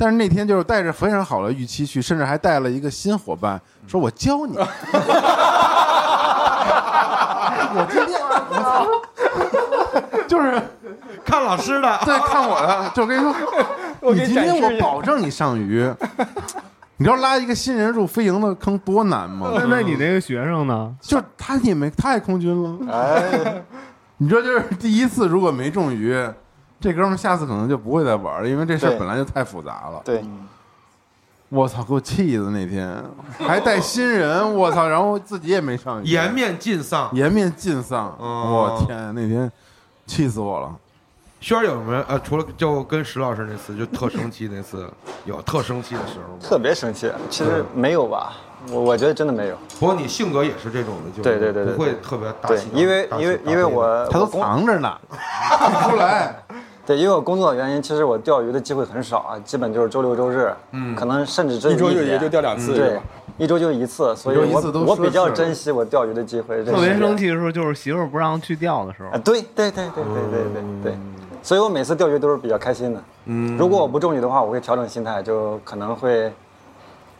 S7: 但是那天就是带着非常好的预期去，甚至还带了一个新伙伴，说我教 (laughs) 你。我今天就是
S6: 看老师的，
S7: 对看我的，就跟你说，你今天我保证你上鱼。你知道拉一个新人入飞营的坑多难吗？
S9: 那那你那个学生呢？
S7: 就是他也没，他也空军了。哎，你说就是第一次如果没中鱼，这哥们儿下次可能就不会再玩了，因为这事儿
S5: 对
S7: 本来就太复杂了。
S5: 对，
S7: 我操，给我气的那天，还带新人，我操，然后自己也没上鱼，
S6: 颜面尽丧。
S7: 颜面尽丧。
S6: 哦
S7: 我天，那天气死我了。
S6: 轩儿有没有呃，除了就跟石老师那次就特生气那次，有特生气的时候吗？
S5: 特别生气。其实没有吧，我我觉得真的没有。
S6: 不过你性格也是这种的，就是
S5: 对对对对
S6: 不会特别大
S5: 对
S6: 起，
S5: 因为
S6: 大起
S5: 因为
S6: 大
S5: 因为
S6: 飞的
S5: 我
S7: 他
S5: 我
S7: 都
S5: 工
S7: 藏着呢，不出来。
S5: 对，因为我工作的原因，其实我钓鱼的机会很少啊，基本就是周六周日，嗯，可能甚至只有
S8: 一周就
S5: 天
S8: 也就钓两次是
S5: 对
S8: 吧？，
S5: 一周就一次，所以
S7: 一周一
S5: 我
S7: 次都
S5: 我
S7: 奢侈
S5: 比较
S7: 了
S5: 珍惜我钓鱼的机会。
S9: 特别生
S5: 气
S9: 气的时候，就是媳妇儿不让去钓的时候
S5: 啊！。对对对对对对对对，所以我每次钓鱼都是比较开心的。嗯，如果我不中鱼的话，我会调整心态，就可能会，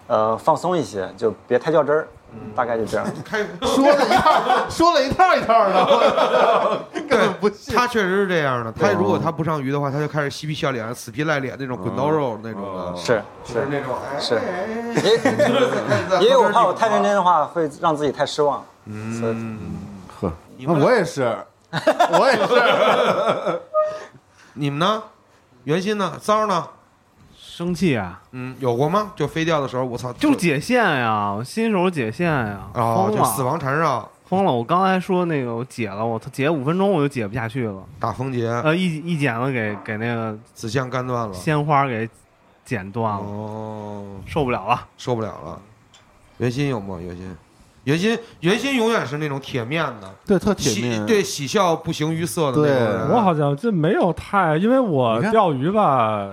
S5: 呃，放松一些，就别太较真儿，大概就这样。
S7: 说了一套，说了一套一套的，我操根本不信。
S6: 他确实是这样的。他如果他不上鱼的话，他就开始嬉皮笑脸、死皮赖脸那种滚刀肉那种的，
S5: 是
S6: 就是那种哎
S5: 是，因为因为我怕我太认真的话，会让自己太失望。所以
S7: 呵，那我也是，我也是。
S6: 你们呢？袁鑫呢？三儿呢？
S9: 生气啊，
S6: 嗯，有过吗？就飞钓的时候，我操，
S9: 就解线呀，我新手解线呀，
S6: 哦，
S9: 疯
S6: 就死
S9: 了，
S6: 亡缠绕，
S9: 疯了！我刚才说那个我解了，我操，解五分钟我就解不下去了，
S6: 大风节，
S9: 呃，一一剪子给给那个
S6: 子项干断了，
S9: 鲜花给剪断了，
S6: 哦，
S9: 受不了了。
S6: 受不了了。袁鑫有吗？袁鑫，袁鑫，袁鑫永远是那种铁面的，
S7: (laughs) 对，特
S6: 喜对喜笑不形于色的那种人。
S7: 对
S4: 我好像这没有太，因为我
S7: 你看
S4: 钓鱼
S6: (laughs)
S4: 吧，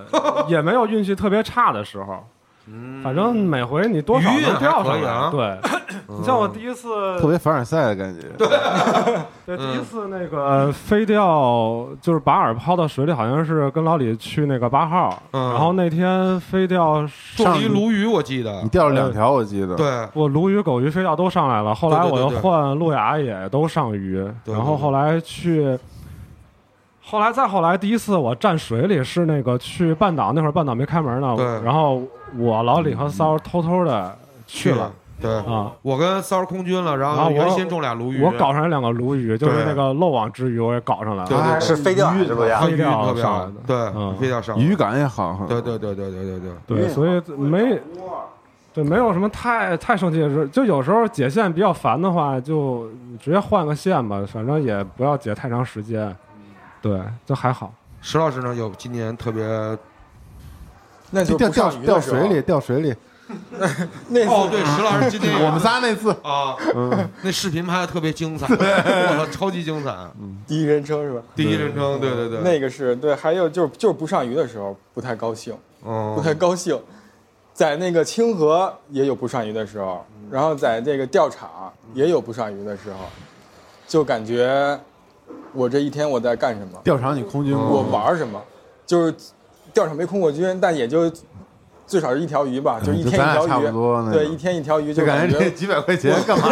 S4: 也没有运气特别差的时候。反正每回你多少
S6: 嗯鱼运
S4: 能钓
S6: 还可
S4: 上
S6: 以啊嗯
S4: 来。
S6: (laughs)
S4: 对，你像我第一次，
S7: 特别凡尔赛的感觉。对，
S4: 对第一
S6: 嗯
S4: 次那个飞钓，就是把饵抛到水里，好像是跟老李去那个八号，
S6: 嗯
S4: 然后那天飞钓
S6: 重
S4: 上
S6: 鱼鲈鱼，我记得
S7: 你，钓了两条，我记得。，
S6: 对，
S4: 我鲈鱼、狗鱼、飞钓都上来了，后来
S6: 对对
S4: 我
S6: 对
S4: 又
S6: 对
S4: 换路亚也都上鱼，
S6: 对
S4: 然后
S6: 对对
S4: 后来去，后来再后来，第一次我站水里是那个去半岛，那会儿半岛没开门呢
S6: 对，
S4: 然后我老李和骚儿偷偷的去了。
S6: 对，
S4: 啊，
S6: 我跟三儿空军了，然
S4: 然后
S6: 后
S4: 我
S6: 袁鑫中俩鲈鱼，
S4: 我搞上来两个鲈鱼，就是
S6: 对
S4: 那个漏网之鱼，我也搞上来
S6: 对
S4: 了。
S6: 对
S5: 是飞钓还是路亚？
S6: 鱼
S4: 飞
S6: 特
S4: 钓
S6: 别
S4: 上来
S6: 好
S4: 的，
S6: 对，
S4: 嗯
S6: 飞钓上来，
S7: 鱼感也好。
S6: 对，对对对对对对，
S4: 对，所以没对没有什么太太生气的事，就有时候解线比较烦的话，就直接换个线吧，反正也不要解太长时间。对，就还好。
S6: 石老师呢有今年特别
S4: 嗯
S8: 那就
S7: 掉
S8: 不
S7: 掉
S8: 上鱼
S7: 掉
S8: 的时候
S7: 水里，掉水里。
S8: 那
S6: 哦，
S8: 次
S6: 对，石老师
S4: (laughs)
S6: 今天
S7: 我们仨那次，
S6: 啊，
S4: 嗯
S6: 那视频拍的特别精彩，我操，超级精彩，
S4: 嗯
S8: 第一人称是吧？
S6: 第一人称，对对对，
S8: 那个是对，还有就是就是不上鱼的时候不太高兴，
S6: 嗯
S8: 不太高兴。在那个清河也有不上鱼的时候，然后在这个钓场也有不上鱼的时候，就感觉我这一天我在干什么，
S7: 钓场你空军
S8: 我
S7: 过吗？
S8: 玩什么，就是钓场没空过军，但也就最少是一条鱼吧，就一天一
S7: 嗯咱俩
S8: 条
S7: 差
S8: 鱼，
S7: 不多那
S8: 对，
S7: 个
S8: 一天一条鱼，
S7: 就
S8: 就
S7: 感
S8: 感
S7: 觉这 (laughs)
S8: 觉
S7: 几百块钱干嘛？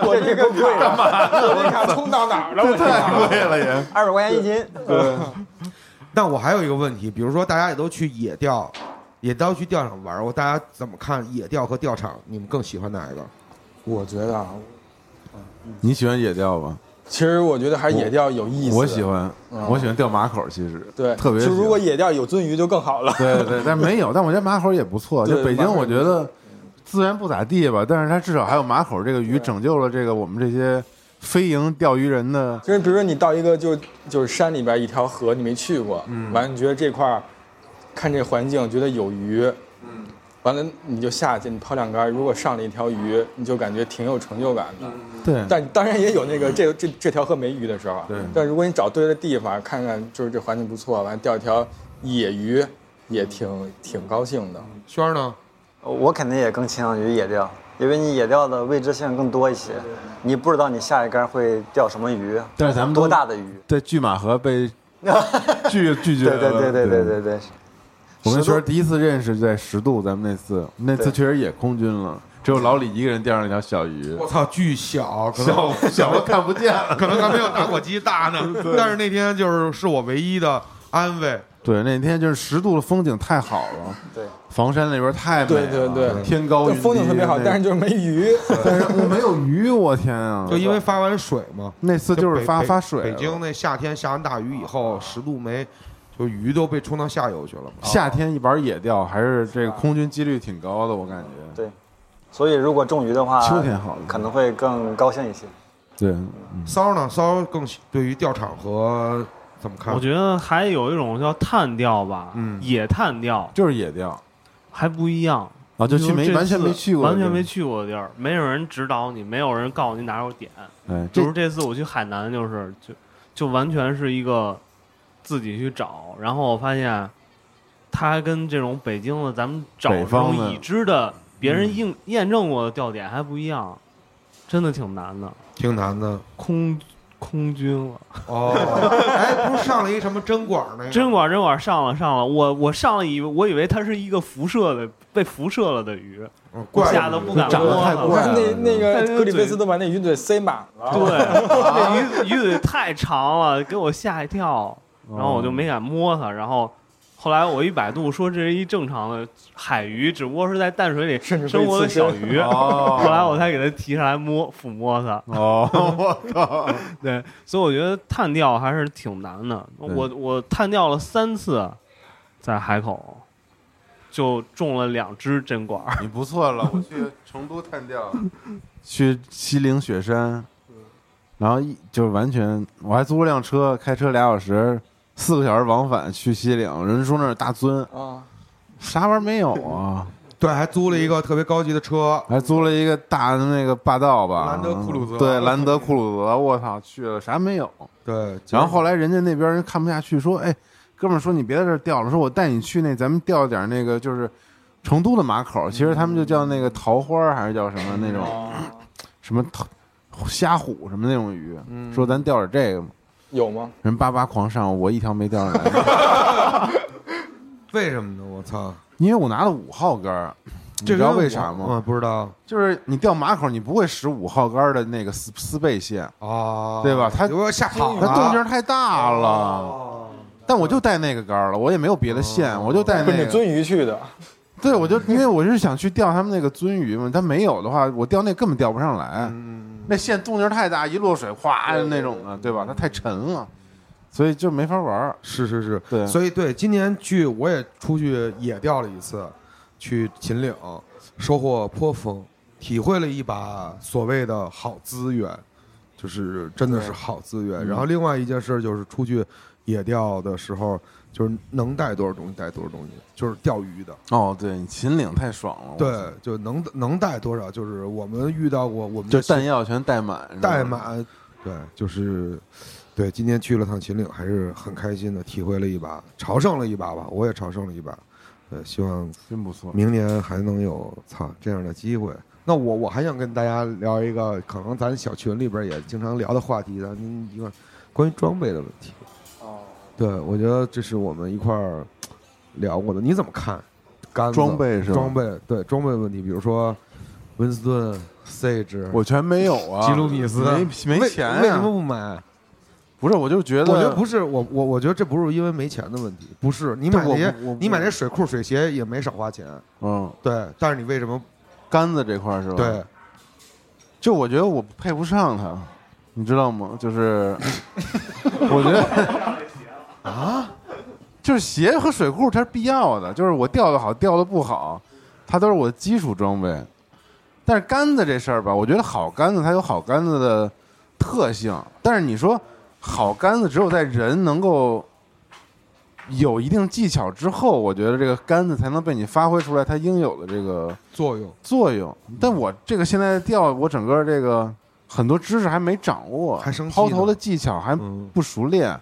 S8: 我这个卡
S7: (laughs)
S8: 干嘛？我这卡充到哪儿了？我这卡
S7: 太贵了也。
S5: 二百块钱一斤，
S6: 但我还有一个问题，比如说大家也都去野钓，也都去钓场玩过。大家怎么看野钓和钓场？你们更喜欢哪一个？
S8: 我觉得啊，
S7: (laughs) 你喜欢野钓吧？
S8: 其实我觉得还是野钓有意思。嗯
S7: 我喜。欢，我喜欢钓马口，其实
S8: 对，
S7: 特别喜
S8: 就
S7: 欢。
S8: 如果野钓有鳟鱼就更好了。
S7: 对对对，但没有，但我觉得马口也不错。就
S8: 对
S7: 北京，
S8: 马口
S7: 我觉得资源不咋地吧，但是它至少还有马口这个鱼，
S8: 对
S7: 拯救了这个我们这些非营钓鱼人的。
S8: 就是比如说你到一个就就是山里边一条河你没去过，完了你觉得这块儿看这环境觉得有鱼，完了你就下去你抛两杆儿，如果上了一条鱼，你就感觉挺有成就感的。
S7: 对，
S8: 但当然也有那个这这这条河没鱼的时候啊，
S7: 对
S8: 但如果你找对了地方，看看就是这环境不错，完了钓一条野鱼，也挺挺高兴的。
S6: 轩儿呢？
S5: 我肯定也更倾向于野钓，因为你野钓的未知性更多一些，你不知道你下一竿会钓什么鱼，
S7: 但是咱们都
S5: 多大的鱼。
S7: 在拒马河
S8: (laughs)
S7: 被拒拒绝
S5: 对
S7: 了。
S5: 对对对对对对，
S7: 我跟
S5: 十
S7: 轩
S5: 渡
S7: 儿第一次认识在十渡，咱们那次那次
S5: 对
S7: 确实也空军了，只有老李一个人钓上一条小鱼，
S6: 我操，巨小，可能
S7: 小小的看不见了。
S6: 可能还没有打火机大呢。 (laughs) 但是那天就是是我唯一的安慰。
S7: 对，那天就是十渡的风景太好了，
S5: 对，
S7: 房山那边太美了，
S8: 对对对
S7: 天高
S8: 就
S7: 云低，
S8: 风景特别好，
S7: 那
S8: 但是就是没鱼。
S7: 但是我没有鱼，我天啊！
S6: 就因为发完水嘛，
S7: 那次就是
S6: 北
S7: 发
S6: 北
S7: 发水了，
S6: 北京那夏天下完大雨以后，十度没，就鱼都被冲到下游去了嘛。
S7: 夏天一玩野钓，还是这个空军几率挺高的，我感觉。
S5: 所以如果中鱼的话，
S7: 秋天好
S5: 啊可能会更高兴一些。
S7: 对，
S6: 骚呢？骚更喜对于钓场和怎么看？
S9: 我觉得还有一种叫探钓吧，
S7: 嗯
S9: 野探钓
S7: 就是野钓
S9: 还不一样。
S7: 啊，就
S9: 比
S7: 去
S9: 如
S7: 没
S9: 这
S7: 完全
S9: 次
S7: 没去过，
S9: 完全没。去过的地儿，没有人指导你，没有人告诉你哪有点。
S7: 哎，
S9: 就
S7: 这
S9: 是这次我去海南，就是就就完全是一个自己去找，然后我发现它跟这种北京的咱们找
S7: 北
S9: 这
S7: 方的嗯
S9: 种已知的、别人验验证过的钓点还不一样，真的挺难的。
S6: 挺难 (laughs) 的
S9: 空空军了，
S6: 哦。哎，不是上了一什么针管那
S7: 哎
S6: 个？
S9: 针管针管上了上了，我我上了以为我以为它是一个辐射的被辐射了的鱼，
S6: 嗯
S9: 我
S6: 怪
S9: 吓
S6: 不
S9: 得
S6: 得
S9: 不敢
S7: 长得
S9: 摸
S7: 太
S9: 了
S8: 我
S7: 怪
S8: 看那那
S9: 但
S8: 个
S9: 是
S8: 格里菲
S9: 嘴
S8: 斯都把那鱼嘴塞满了。
S9: 对，
S7: 啊
S9: 那鱼鱼嘴太长了，给我吓一跳，
S7: 哦
S9: 然后我就没敢摸它。然后后来我一百度说这是一正常的海鱼，只不过是在淡水里
S8: 甚至
S9: 生
S8: 被
S9: 活的
S8: 刺身
S9: 小鱼。
S7: 哦
S9: (laughs) 后来我才给它提上来摸抚摸它。
S7: 哦，我靠，
S9: 对，所以我觉得探钓还是挺难的。我我探钓了三次，在海口就中了两只针管
S7: (laughs)
S9: 儿。
S7: (laughs) 你不错了，我去成都探钓， (laughs) 嗯去西岭雪山，然后一就是完全，我还租了辆车，开车俩小时，四个小时往返去西岭，人说那是大尊，
S8: 啊，
S7: 啥玩意儿没有啊？ (laughs)
S6: 对，还租了一个特别高级的车，
S7: 还租了一个大的那个霸道吧，嗯
S6: 兰德酷路泽
S7: 对，兰德酷路泽，我操，去了啥没有。
S6: 对。结
S7: 然
S6: 果
S7: 后后来人家那边人看不下去，说，哎，哥们儿，说你别在这儿钓了，说我带你去那咱们钓点那个就是成都的马口，其实他们就叫那个桃花儿还是叫什么那种、
S8: 哦
S7: 什么桃虾虎什么那种鱼，说咱钓点这个嘛。
S8: 嗯有吗？
S7: 人叭叭狂上，我一条没钓上来， (laughs)
S6: 为什么呢？我操，
S7: 因为我拿了五号杆儿，你
S6: 这
S7: 知
S6: 个
S7: 道
S6: 我
S7: 为啥吗？
S6: 嗯，不知道
S7: 就是你钓马口，你不会使五号杆儿的那个丝丝背线，
S8: 哦
S6: 啊，
S7: 对吧它
S6: 我要吓跑
S7: 它
S6: 了，
S7: 动静太大了。
S8: 哦
S7: 但我就带那个杆儿了，我也没有别的线，我就带
S8: 奔
S7: 那
S8: 哦着
S7: 个。
S8: 鳟鱼去的。
S7: 对，我就因为我是想去钓他们那个鳟鱼嘛，它没有的话，我钓那根本钓不上来。那线动静太大，一落水哗那种的，嗯对吧？它太沉了，所以就没法玩儿。
S6: 是是是，
S7: 对
S6: 所以对今年去我也出去野钓了一次，去秦岭，收获颇丰，体会了一把所谓的好资源，就是真的是好资源。然后另外一件事就是出去野钓的时候，就是能带多少东西带多少东西，就是钓鱼的，
S7: 哦，对，你秦岭太爽了。我操，
S6: 对，就能能带多少，就是我们遇到过我们
S7: 就
S6: 的
S7: 弹药全带满，是吧
S6: 代。码，对，就是，对，今天去了趟秦岭，还是很开心的，体会了一把，朝圣了一把吧，我也朝圣了一把，呃，希望
S7: 真不错。
S6: 明年还能有操这样的机会。那我我还想跟大家聊一个，可能咱小群里边也经常聊的话题，咱们一块儿关于装备的问题。对，我觉得这是我们一块儿聊过的，你怎么看？杆子
S7: 装备是吧
S6: 装备对装备问题，比如说温斯顿、Sage，
S7: 我全没有啊，
S6: 吉鲁米斯
S7: 没没钱啊
S6: 为为什么
S7: 呀？
S6: 不买？
S7: 不是，我就觉得，
S6: 我觉得不是我我我觉得这不是因为没钱的问题，不是你买
S7: 对我
S6: 那些
S7: 不我不
S6: 你买那水裤水鞋也没少花钱，
S7: 嗯，
S6: 对，但是你为什么
S7: 杆子这块儿是吧？
S6: 对，
S7: 就我觉得我配不上他，你知道吗？就是我觉得啊，就是鞋和水裤它是必要的，就是我掉的好掉的不好，它都是我的基础装备。但是杆子这事儿吧，我觉得好杆子它有好杆子的特性，但是你说好杆子只有在人能够有一定技巧之后，我觉得这个杆子才能被你发挥出来它应有的这个
S6: 作用？
S7: 作用。
S6: 嗯
S7: 但我这个现在的调，我整个这个很多知识还没掌握，
S6: 还生气呢
S7: 抛投的技巧还
S6: 嗯
S7: 不熟练。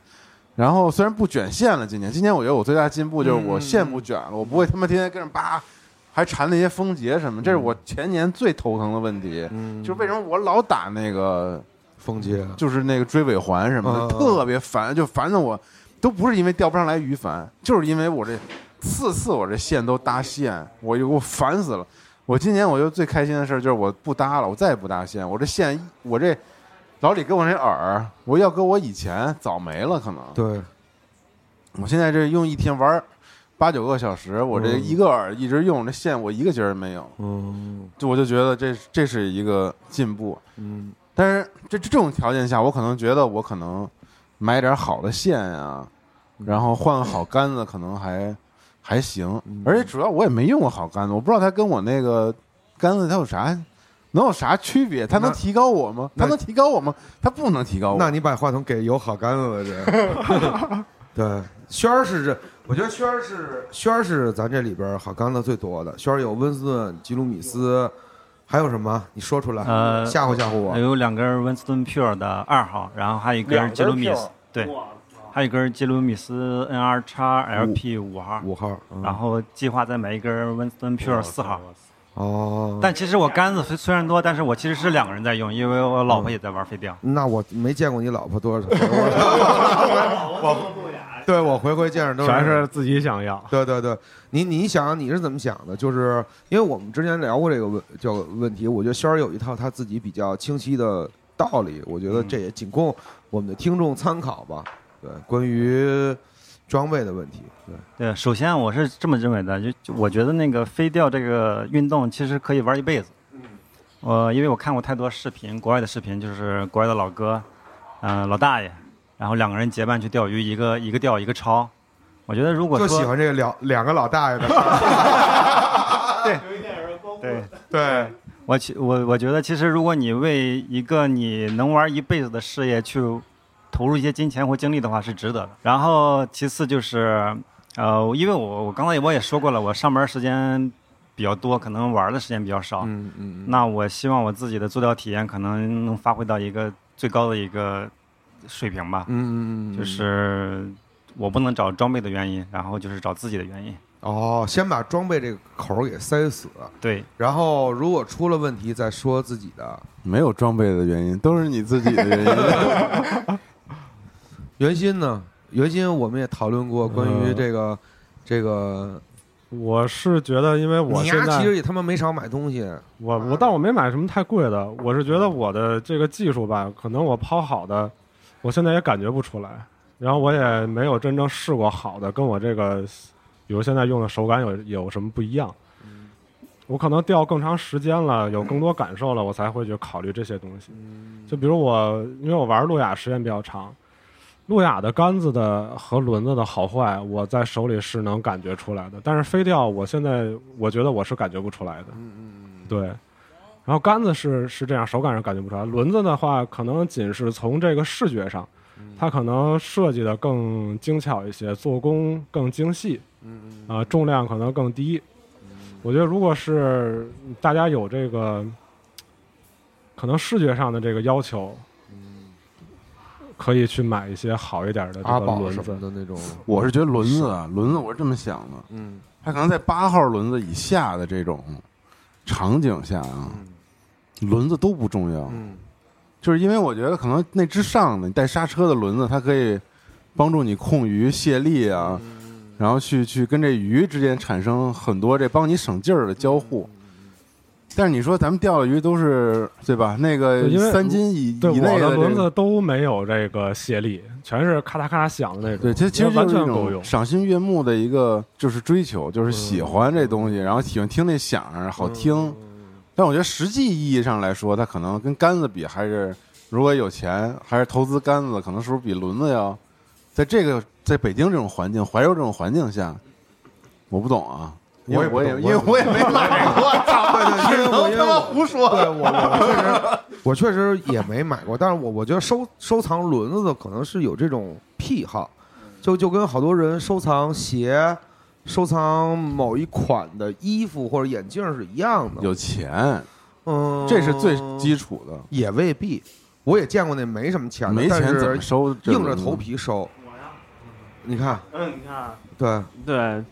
S7: 然后虽然不卷线了，今年今年我觉得我最大进步就是
S6: 嗯
S7: 我线不卷了，我不会他妈天天跟着扒，还缠那些风结什么，这是我前年最头疼的问题。
S6: 嗯
S7: 就是为什么我老打那个，
S6: 风街
S7: 就是那个追尾环什么的，
S6: 嗯嗯嗯
S7: 特别烦，就烦的我都不是因为钓不上来鱼烦，就是因为我这次次我这线都搭线，我就我烦死了。我今年我就最开心的事儿就是我不搭了，我再也不搭线，我这线我这老李给我那饵，我要搁我以前早没了可能。
S6: 对，
S7: 我现在这用一天玩儿八九个小时，我这一个饵一直用，这线我一个节儿没有。
S6: 嗯
S7: 就我就觉得这这是一个进步。
S6: 嗯，
S7: 但是这这种条件下，我可能觉得我可能买点好的线啊，
S6: 嗯
S7: 然后换个好杆子，可能还还行。
S6: 嗯
S7: 而且主要我也没用过好杆子，我不知道它跟我那个杆子它有啥能有啥区别？它能
S6: 那
S7: 提高我吗？
S6: 那
S7: 它能提高我吗？它不能提高我。
S6: 那你把话筒给有好杆子的人。 (laughs) 对，轩儿是这，我觉得轩儿是轩儿是咱这里边儿好杆子最多的。轩儿有温斯顿、吉鲁米斯，还有什么？你说出来，
S5: 呃
S6: 吓唬吓唬我。
S5: 有两根温斯顿 Pure 的二号，然后还有一
S12: 两
S5: 根
S12: 根
S5: 杰鲁米
S12: Pure
S5: 斯，对，还有一根杰鲁米斯 NR 叉 LP 五号，
S6: 五号，嗯
S5: 然后计划再买一根温斯顿 Pure 四号。
S6: 哦，
S5: 但其实我杆子虽虽然多，但是我其实是两个人在用，因为我老婆也在玩飞镖。
S6: 那我没见过你老婆多少，我 (laughs) 我对我回回见着都
S4: 全是自己想要。
S5: (laughs)
S6: 对对对，你你想你是怎么想的？就是因为我们之前聊过这个问这个问题，我觉得轩儿有一套他自己比较清晰的道理，我觉得
S5: 嗯
S6: 这也仅供我们的听众参考吧。对，关于装备的问题，对，
S5: 对，首先我是这么认为的，就就我觉得那个飞钓这个运动其实可以玩一辈子。嗯，呃，因为我看过太多视频，国外的视频就是国外的老哥，嗯、老大爷，然后两个人结伴去钓鱼，一个一个钓一个抄。我觉得如果
S6: 就
S5: 说
S6: 喜欢这个两两个老大爷
S5: (laughs)
S6: 的，
S5: 对，
S6: 对，
S5: 我其我我觉得其实如果你为一个你能玩一辈子的事业去投入一些金钱或精力的话，是值得的。然后其次就是，呃，因为我我刚才我也说过了，我上班时间比较多，可能玩的时间比较少。
S6: 嗯嗯
S5: 那我希望我自己的做钓体验可能能发挥到一个最高的一个水平吧。
S6: 嗯嗯，
S5: 就是我不能找装备的原因，然后就是找自己的原因。
S6: 哦，先把装备这个口儿给塞死，
S5: 对，
S6: 然后如果出了问题再说自己的。
S7: 没有装备的原因，都是你自己的原因。
S6: 袁鑫呢？袁鑫我们也讨论过关
S5: 嗯
S6: 于这个、这个，
S4: 我是觉得，因为我
S6: 你
S4: 现
S6: 丫
S4: 在
S6: 其实也他妈没少买东西，
S4: 我我，但我没买什么太贵的。我是觉得我的这个技术吧，可能我抛好的，我现在也感觉不出来。然后我也没有真正试过好的，跟我这个，比如现在用的手感有有什么不一样？我可能钓更长时间了，有更多感受了，我才会去考虑这些东西。就比如我，因为我玩路亚时间比较长，路亚的杆子的和轮子的好坏，我在手里是能感觉出来的。但是飞钓，我现在我觉得我是感觉不出来的。对，然后杆子是是这样，手感上感觉不出来。轮子的话，可能仅是从这个视觉上，
S7: 嗯
S4: 它可能设计的更精巧一些，做工更精细，
S7: 嗯
S4: 啊、重量可能更低。我觉得如果是大家有这个，可能视觉上的这个要求，可以去买一些好一点的这
S6: 阿
S4: 个
S6: 宝
S4: 轮
S6: 什么
S4: 子。
S6: 的那种，
S7: 我是觉得轮子啊，轮子我是这么想的，
S6: 嗯，
S7: 它可能在八号轮子以下的这种场景下啊，
S4: 嗯
S7: 轮子都不重要。
S6: 嗯，
S7: 就是因为我觉得可能那之上的你带刹车的轮子，它可以帮助你控鱼卸力啊，
S4: 嗯嗯
S7: 然后去去跟这鱼之间产生很多这帮你省劲儿的交互。但是你说咱们钓的鱼都是对吧？那个
S4: 对因为
S7: 三斤以
S4: 对
S7: 以
S4: 我
S7: 内的
S4: 的
S7: 这
S4: 轮
S7: 个
S4: 子都没有这个卸力，全是咔嗒咔嗒响的那种。
S7: 对，其实其实
S4: 完
S7: 就是
S4: 全
S7: 一
S4: 够
S7: 种
S4: 用。
S7: 赏心悦目的一个就是追求，就是喜欢这东西，然后喜欢听那响儿，好听。但我觉得实际意义上来说，它可能跟杆子比，还是如果有钱，还是投资杆子，可能是不是比轮子要在这个在北京这种环境、怀柔这种环境下，我不懂啊，因
S6: 我
S7: 为
S6: 也不
S7: 我也
S6: 懂
S7: 因为我
S6: 我
S7: 也
S6: 也
S7: 没买
S6: (laughs)
S7: 过，
S6: 对对，因为我因为我
S7: 胡说。
S6: 对我
S7: (laughs)
S6: 我确实我确实也没买过，但是我我觉得收收藏轮子的可能是有这种癖好，就就跟好多人收藏鞋、收藏某一款的衣服或者眼镜是一样的。
S7: 有钱，
S6: 嗯，
S7: 这是最基础的。
S6: 也未必，我也见过那没什么钱的，
S7: 没
S6: 但
S7: 钱
S6: 是
S7: 怎么收？嗯
S6: 硬着头。皮收。你看，
S9: 嗯，你看，
S6: 对，
S9: 对，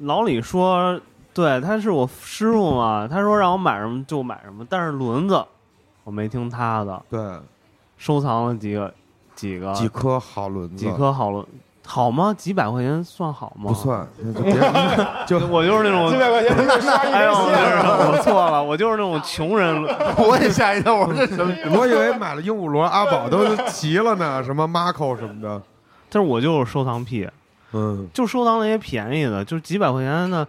S9: 老李说，对，他是我师傅嘛，他说让我买什么就买什么，但是轮子我没听他的，
S7: 啊
S6: 对，
S9: 收藏了几个几个
S6: 几颗好轮子，
S9: 几颗好轮，好吗？几百块钱算好吗？
S6: 不。算，那就别 (laughs) 就
S9: 我就是那种
S8: 几，百块
S9: (laughs)
S8: 钱能刷一
S9: 哎呦，
S8: 根
S9: 我
S8: 线，啊
S9: 就是我错了，我就是那种穷人。
S7: 我 (laughs) 也吓一跳，我说这什么？
S6: 我以为买了鹦鹉螺，阿宝都齐了呢，什么 Marco 什么的，
S9: 但是我就是收藏癖，
S6: 嗯，
S9: 就收藏那些便宜的，就是几百块钱的，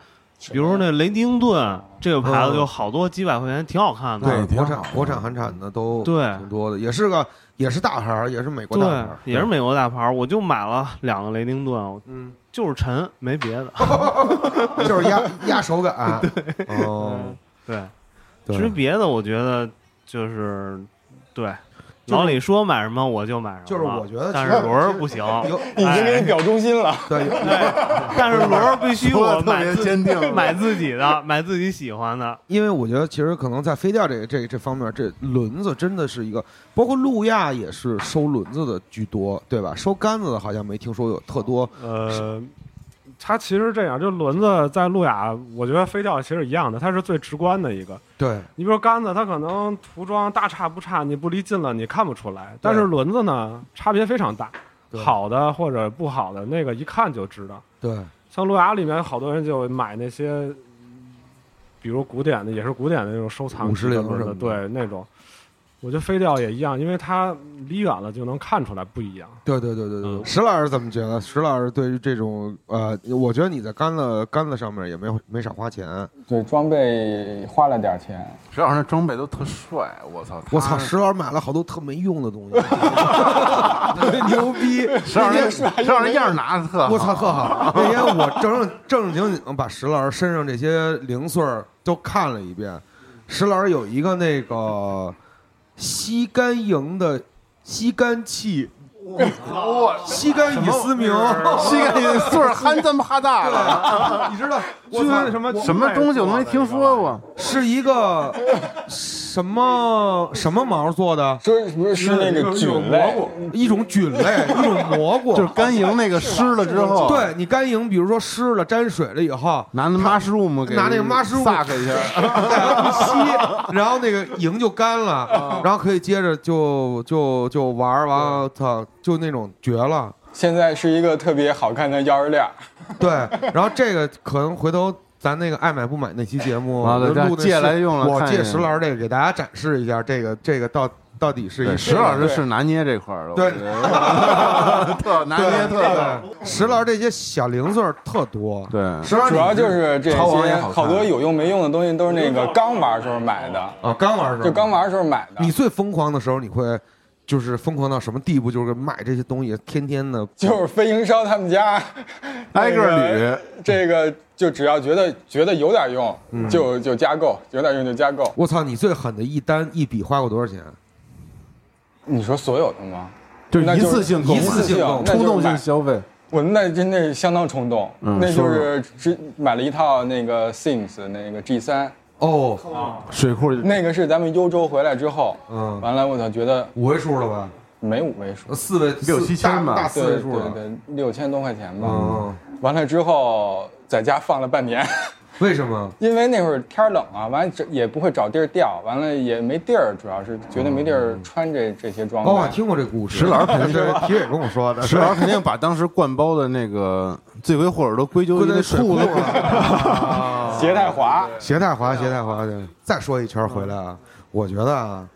S9: 比如说那雷丁顿这个牌子，
S6: 嗯
S9: 就好多几百块钱，挺好看
S6: 对
S9: 的。，
S7: 挺
S6: 国
S7: 好
S6: 产国产韩产的都
S9: 对
S6: 挺多的，也是个也是大牌儿，也是美国大牌
S9: 对
S6: 儿，，
S9: 也是美国大牌儿，我就买了两个雷丁顿，我
S6: 嗯，
S9: 就是沉，没别的。
S6: 就是压压手
S9: (laughs)
S6: 感，对，哦，
S9: 对，
S6: 对
S9: 至于别的，我觉得就是对，
S6: 就是
S9: 老李说买什么我就买什么，
S6: 就是我觉得
S9: 但
S6: 其
S9: 是
S6: 实
S9: 轮儿不行，
S6: 有
S8: 已经给你表忠心了。
S6: 对有
S9: 对，但是轮儿必须
S7: 说得
S9: 我
S7: 特
S9: 买
S7: 别
S9: 自
S7: 坚定
S9: 买自己的，买自己喜欢的。
S6: 因为我觉得其实可能在飞钓这个这这方面，这轮子真的是一个，包括路亚也是收轮子的居多，对吧？收杆子的好像没听说有特多，
S4: 呃，它其实这样，就轮子在路亚，我觉得飞钓其实一样的，它是最直观的一个。
S6: 对，
S4: 你比如杆子，它可能涂装大差不差，你不离近了你看不出来，但是轮子呢，差别非常大，
S6: 对
S4: 好的或者不好的那个一看就知道。
S6: 对，
S4: 像路亚里面好多人就买那些，比如古典的，也是古典的那种收藏
S6: 50零
S4: 级的
S6: 什么的
S4: 对那种。我觉得飞钓也一样，因为它离远了就能看出来不一样。
S6: 对对对对对，
S4: 嗯
S6: 石老师怎么觉得？石老师对于这种呃，我觉得你在杆子杆子上面也没有没少花钱。
S8: 对，装备花了点钱，
S7: 石老师那装备都特帅，我操！
S6: 我
S7: 他
S6: 操，石老师买了好多特没用的 (laughs) 东西，特牛逼！
S7: 石老师石老师样儿拿的特好，
S6: 我操，特好。那天我正正正经经把石老师身上这些零碎儿都看了一遍。石老师有一个那个吸干营的吸干器，
S7: 我
S6: 吸干乙思明，
S7: 膝盖
S6: (laughs)
S7: 里的穗儿憨这么哈大了，
S6: 你知道？
S4: 军什么
S7: 什么东西我都没听说过。
S6: 是一个什么什么毛做的？
S8: 说是不是是那个菌类？
S6: 一种
S7: (laughs)
S6: 菌类，一种蘑菇。
S7: 就是甘营那个湿了之后，，
S6: 对你干营，比如说湿了、沾水了以后， (laughs)
S7: 拿那 mushroom 给
S6: 拿那个 mushroom
S7: 撒开一 (laughs) 下，
S6: 一吸，然后那个营就干
S7: 啊
S6: 了，然后可以接着就就就玩儿完了，操，就那种绝了。
S8: 现在是一个特别好看的钥匙链儿，
S6: 对，然后这个可能回头。咱那个爱买不买那期节目，
S7: 啊对
S6: 就录那
S7: 借
S6: 视
S7: 来用了
S6: 我
S7: 看一
S6: 借
S7: 眼
S6: 石老师这个给大家展示一下，这个这个到到底是一
S7: 对，石老师是拿捏这块儿的，
S6: 对
S7: 我觉 (laughs) 得特拿捏特好
S6: 对，石老师这些小零碎儿特多。
S7: 对
S6: 石老师
S8: 主
S6: 你
S8: 要就是这
S7: 啊超王也
S8: 些
S7: 好看啊
S8: 好多有用没用的东西都是那个刚玩儿时候买的，
S6: 啊，刚玩儿的时候
S8: 就刚玩儿时候买的
S6: 你。最疯狂的时候，你会就是疯狂到什么地步？就是买这些东西，天天的，
S8: 就是飞鹰烧他们家，
S7: 挨个捋，
S8: 这个就只要觉得觉得有点用，
S7: 嗯
S8: 就就加购，有点用就加购。
S6: 我操！你最狠的一单一笔花过多少钱？
S8: 你说所有的吗？
S7: 就是
S8: 那
S7: 一
S8: 就是
S7: 次性购买
S8: 一次性那就是
S7: 冲动性
S8: 买
S7: 消费，
S8: 我那真的是相当冲动，
S7: 嗯
S8: 那就
S7: 说
S8: 是只买了一套那个 Sims 那个 G 3
S6: 哦，
S7: 水库
S8: 那个是咱们幽州回来之后，
S6: 嗯
S8: 完了我操，觉得
S6: 五位数了吧？
S8: 没五位数，
S6: 呃四位
S7: 六
S6: 四
S7: 七千
S6: 大
S7: 吧
S6: 大四
S8: 对
S6: 位
S8: 对
S6: 数了。
S8: 对，六千多块钱吧。
S6: 嗯，
S8: 完了之后在家放了半年， (laughs)
S6: 为什么？
S8: 因为那会儿天儿冷啊，完了这也不会找地儿钓，完了也没地儿，主要是觉得没地儿穿这这些装
S6: 嗯
S8: 备。
S6: 哦，我听过这故事。石
S7: 老师
S6: (laughs) 肯定是铁也跟我说的。
S7: 石老师肯定把当时灌包的那个罪魁祸首都归咎于
S6: 搁 (laughs)
S7: 那
S6: 在水
S7: 裤
S6: 库
S7: 子
S6: 了。
S8: 鞋带滑，
S6: 鞋带滑，鞋带滑的。再说一圈回来啊，我觉得啊，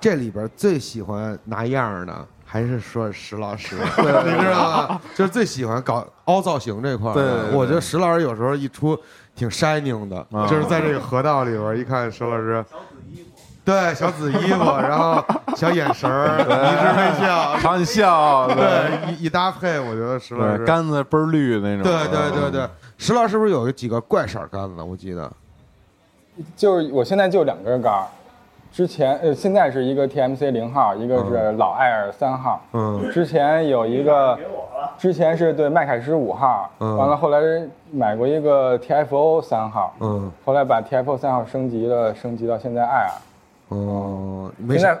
S6: 这里边最喜欢拿样儿的还是说石老师，你知道吗？就是最喜欢搞凹造型这块儿的。
S7: 对对对
S6: 我觉得石老师有时候一出挺 shining 的，就是在这个河道里边儿一看石老师。对，小紫衣服，然后小眼神儿，一直微笑，
S7: 长笑，
S6: 对，一一搭配，我觉得石老师
S7: 对，杆子倍儿绿那种，
S6: 对对对对，石老师是不是有几个怪色儿杆子？我记得
S8: 就是我现在就两根杆儿，之前呃现在是一个 TMC 零号，一个是老艾尔三号，
S6: 嗯，
S8: 之前有一个，之前是对麦凯诗五号，
S6: 嗯
S8: 完了后来买过一个 TFO 三号，
S6: 嗯
S8: 后来把 TFO 三号升级了，升级到现在艾尔，
S6: 哦，没
S8: 现
S6: 事
S8: 在。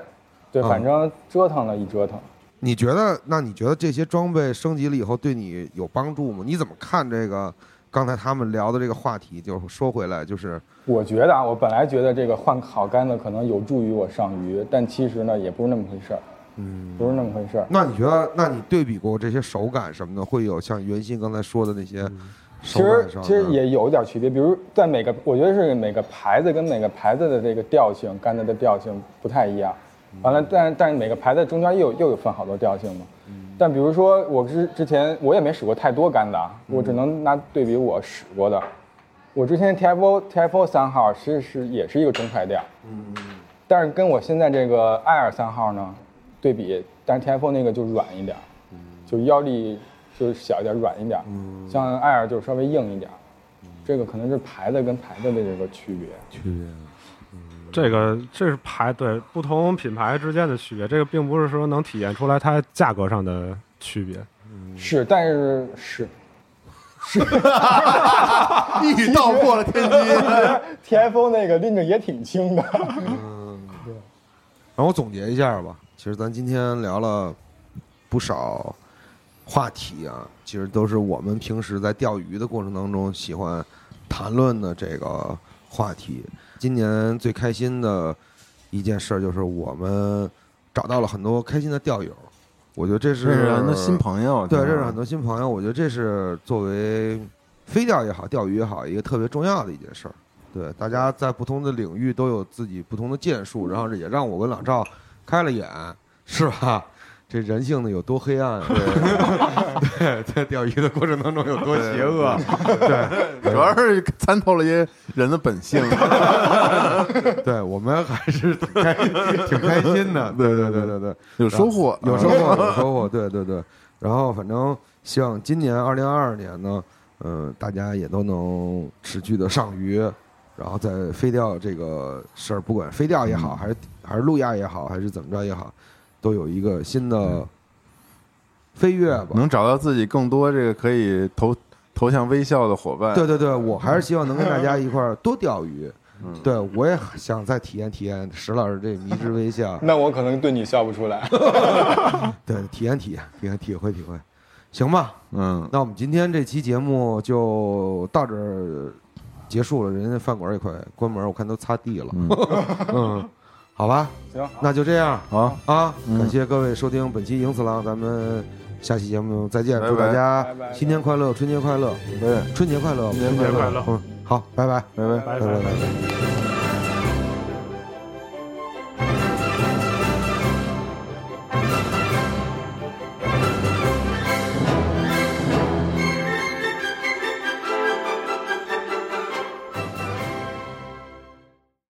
S8: 对，
S6: 嗯
S8: 反正折腾了一折腾。
S6: 你觉得？那你觉得这些装备升级了以后对你有帮助吗？你怎么看这个？刚才他们聊的这个话题，就是说回来，就是
S8: 我觉得啊，我本来觉得这个换好杆子可能有助于我上鱼，但其实呢也不是那么回事儿，嗯，不是那么回事儿。
S6: 那你觉得？那你对比过这些手感什么的，会有像袁鑫刚才说的那些手
S8: 其
S6: 感
S8: 实
S6: 上的？嗯
S8: 嗯其实也有一点区别，比如在每个，我觉得是每个牌子跟每个牌子的这个调性，杆子的调性不太一样。
S6: 嗯
S8: 完了，但但是每个牌子中间又有又有分好多调性嘛。
S6: 嗯
S8: 但比如说我之之前我也没使过太多杆子，啊，
S6: 嗯
S8: 我只能拿对比我使过的。我之前 TFO TFO 三号其实是也是一个中快调，嗯，但是跟我现在这个 IR 三号呢对比，但是 TFO 那个就软一点儿，就腰力就是小一点，软一点。嗯，像艾尔就是稍微硬一点。这个可能是牌子跟牌子的这个区别。
S4: 这个这是排对不同品牌之间的区别，这个并不是说能体现出来它价格上的区别。
S8: 是，但是是 (laughs)
S7: (laughs) 一语道破了天 (laughs) 机。
S8: TFO 那个拎着也挺轻的。
S6: 然后我总结一下吧，其实咱今天聊了不少话题啊，其实都是我们平时在钓鱼的过程当中喜欢谈论的这个话题。今年最开心的一件事儿就是我们找到了很多开心的钓友，我觉得这是
S7: 认识很多啊新朋友，
S6: 对，认识很多啊新朋友，我觉得这是作为飞钓也好，钓鱼也好，一个特别重要的一件事儿。对，大家在不同的领域都有自己不同的建树，然后也让我跟老赵开了眼，是吧？这人性呢有多黑暗？啊对， (laughs) 对在钓鱼的过程当中有多邪恶？
S7: 主要是参透了一些人的本性。
S6: 对我们还是挺开挺开心的。对对对对对。
S7: (laughs) 有收获，嗯
S6: 啊有收获，有收 (laughs) 获，对对对。然后反正希望今年二零二二年呢，嗯、大家也都能持续的上鱼，然后在飞钓这个事儿，不管飞钓也好，还是还是路亚也好，还是怎么着也好，都有一个新的飞跃吧。
S7: 能找到自己更多这个可以投投向微笑的伙伴。
S6: 对对对，我还是希望能跟大家一块儿多钓鱼。对，我也想再体验体验石老师这迷之微 (laughs) 笑。
S8: 那我可能对你笑不出来。
S6: 对，体验体验，体验体会体会，行吧？
S7: 嗯，
S6: 那我们今天这期节目就到这儿结束了，人家饭馆也快关门，我看都擦地了。 (laughs) 嗯，好吧，
S8: 行，
S6: 那就这样
S7: 好，
S6: 啊！
S7: 嗯
S6: 感谢各位收听本期《影次郎》，咱们下期节目再见，
S7: 拜拜
S6: 祝大家
S8: 拜拜
S6: 新年快乐，春节快乐，
S7: 对，
S6: 春节快乐，春节快乐。嗯，好，拜拜，
S7: 拜拜。
S4: 拜拜。拜拜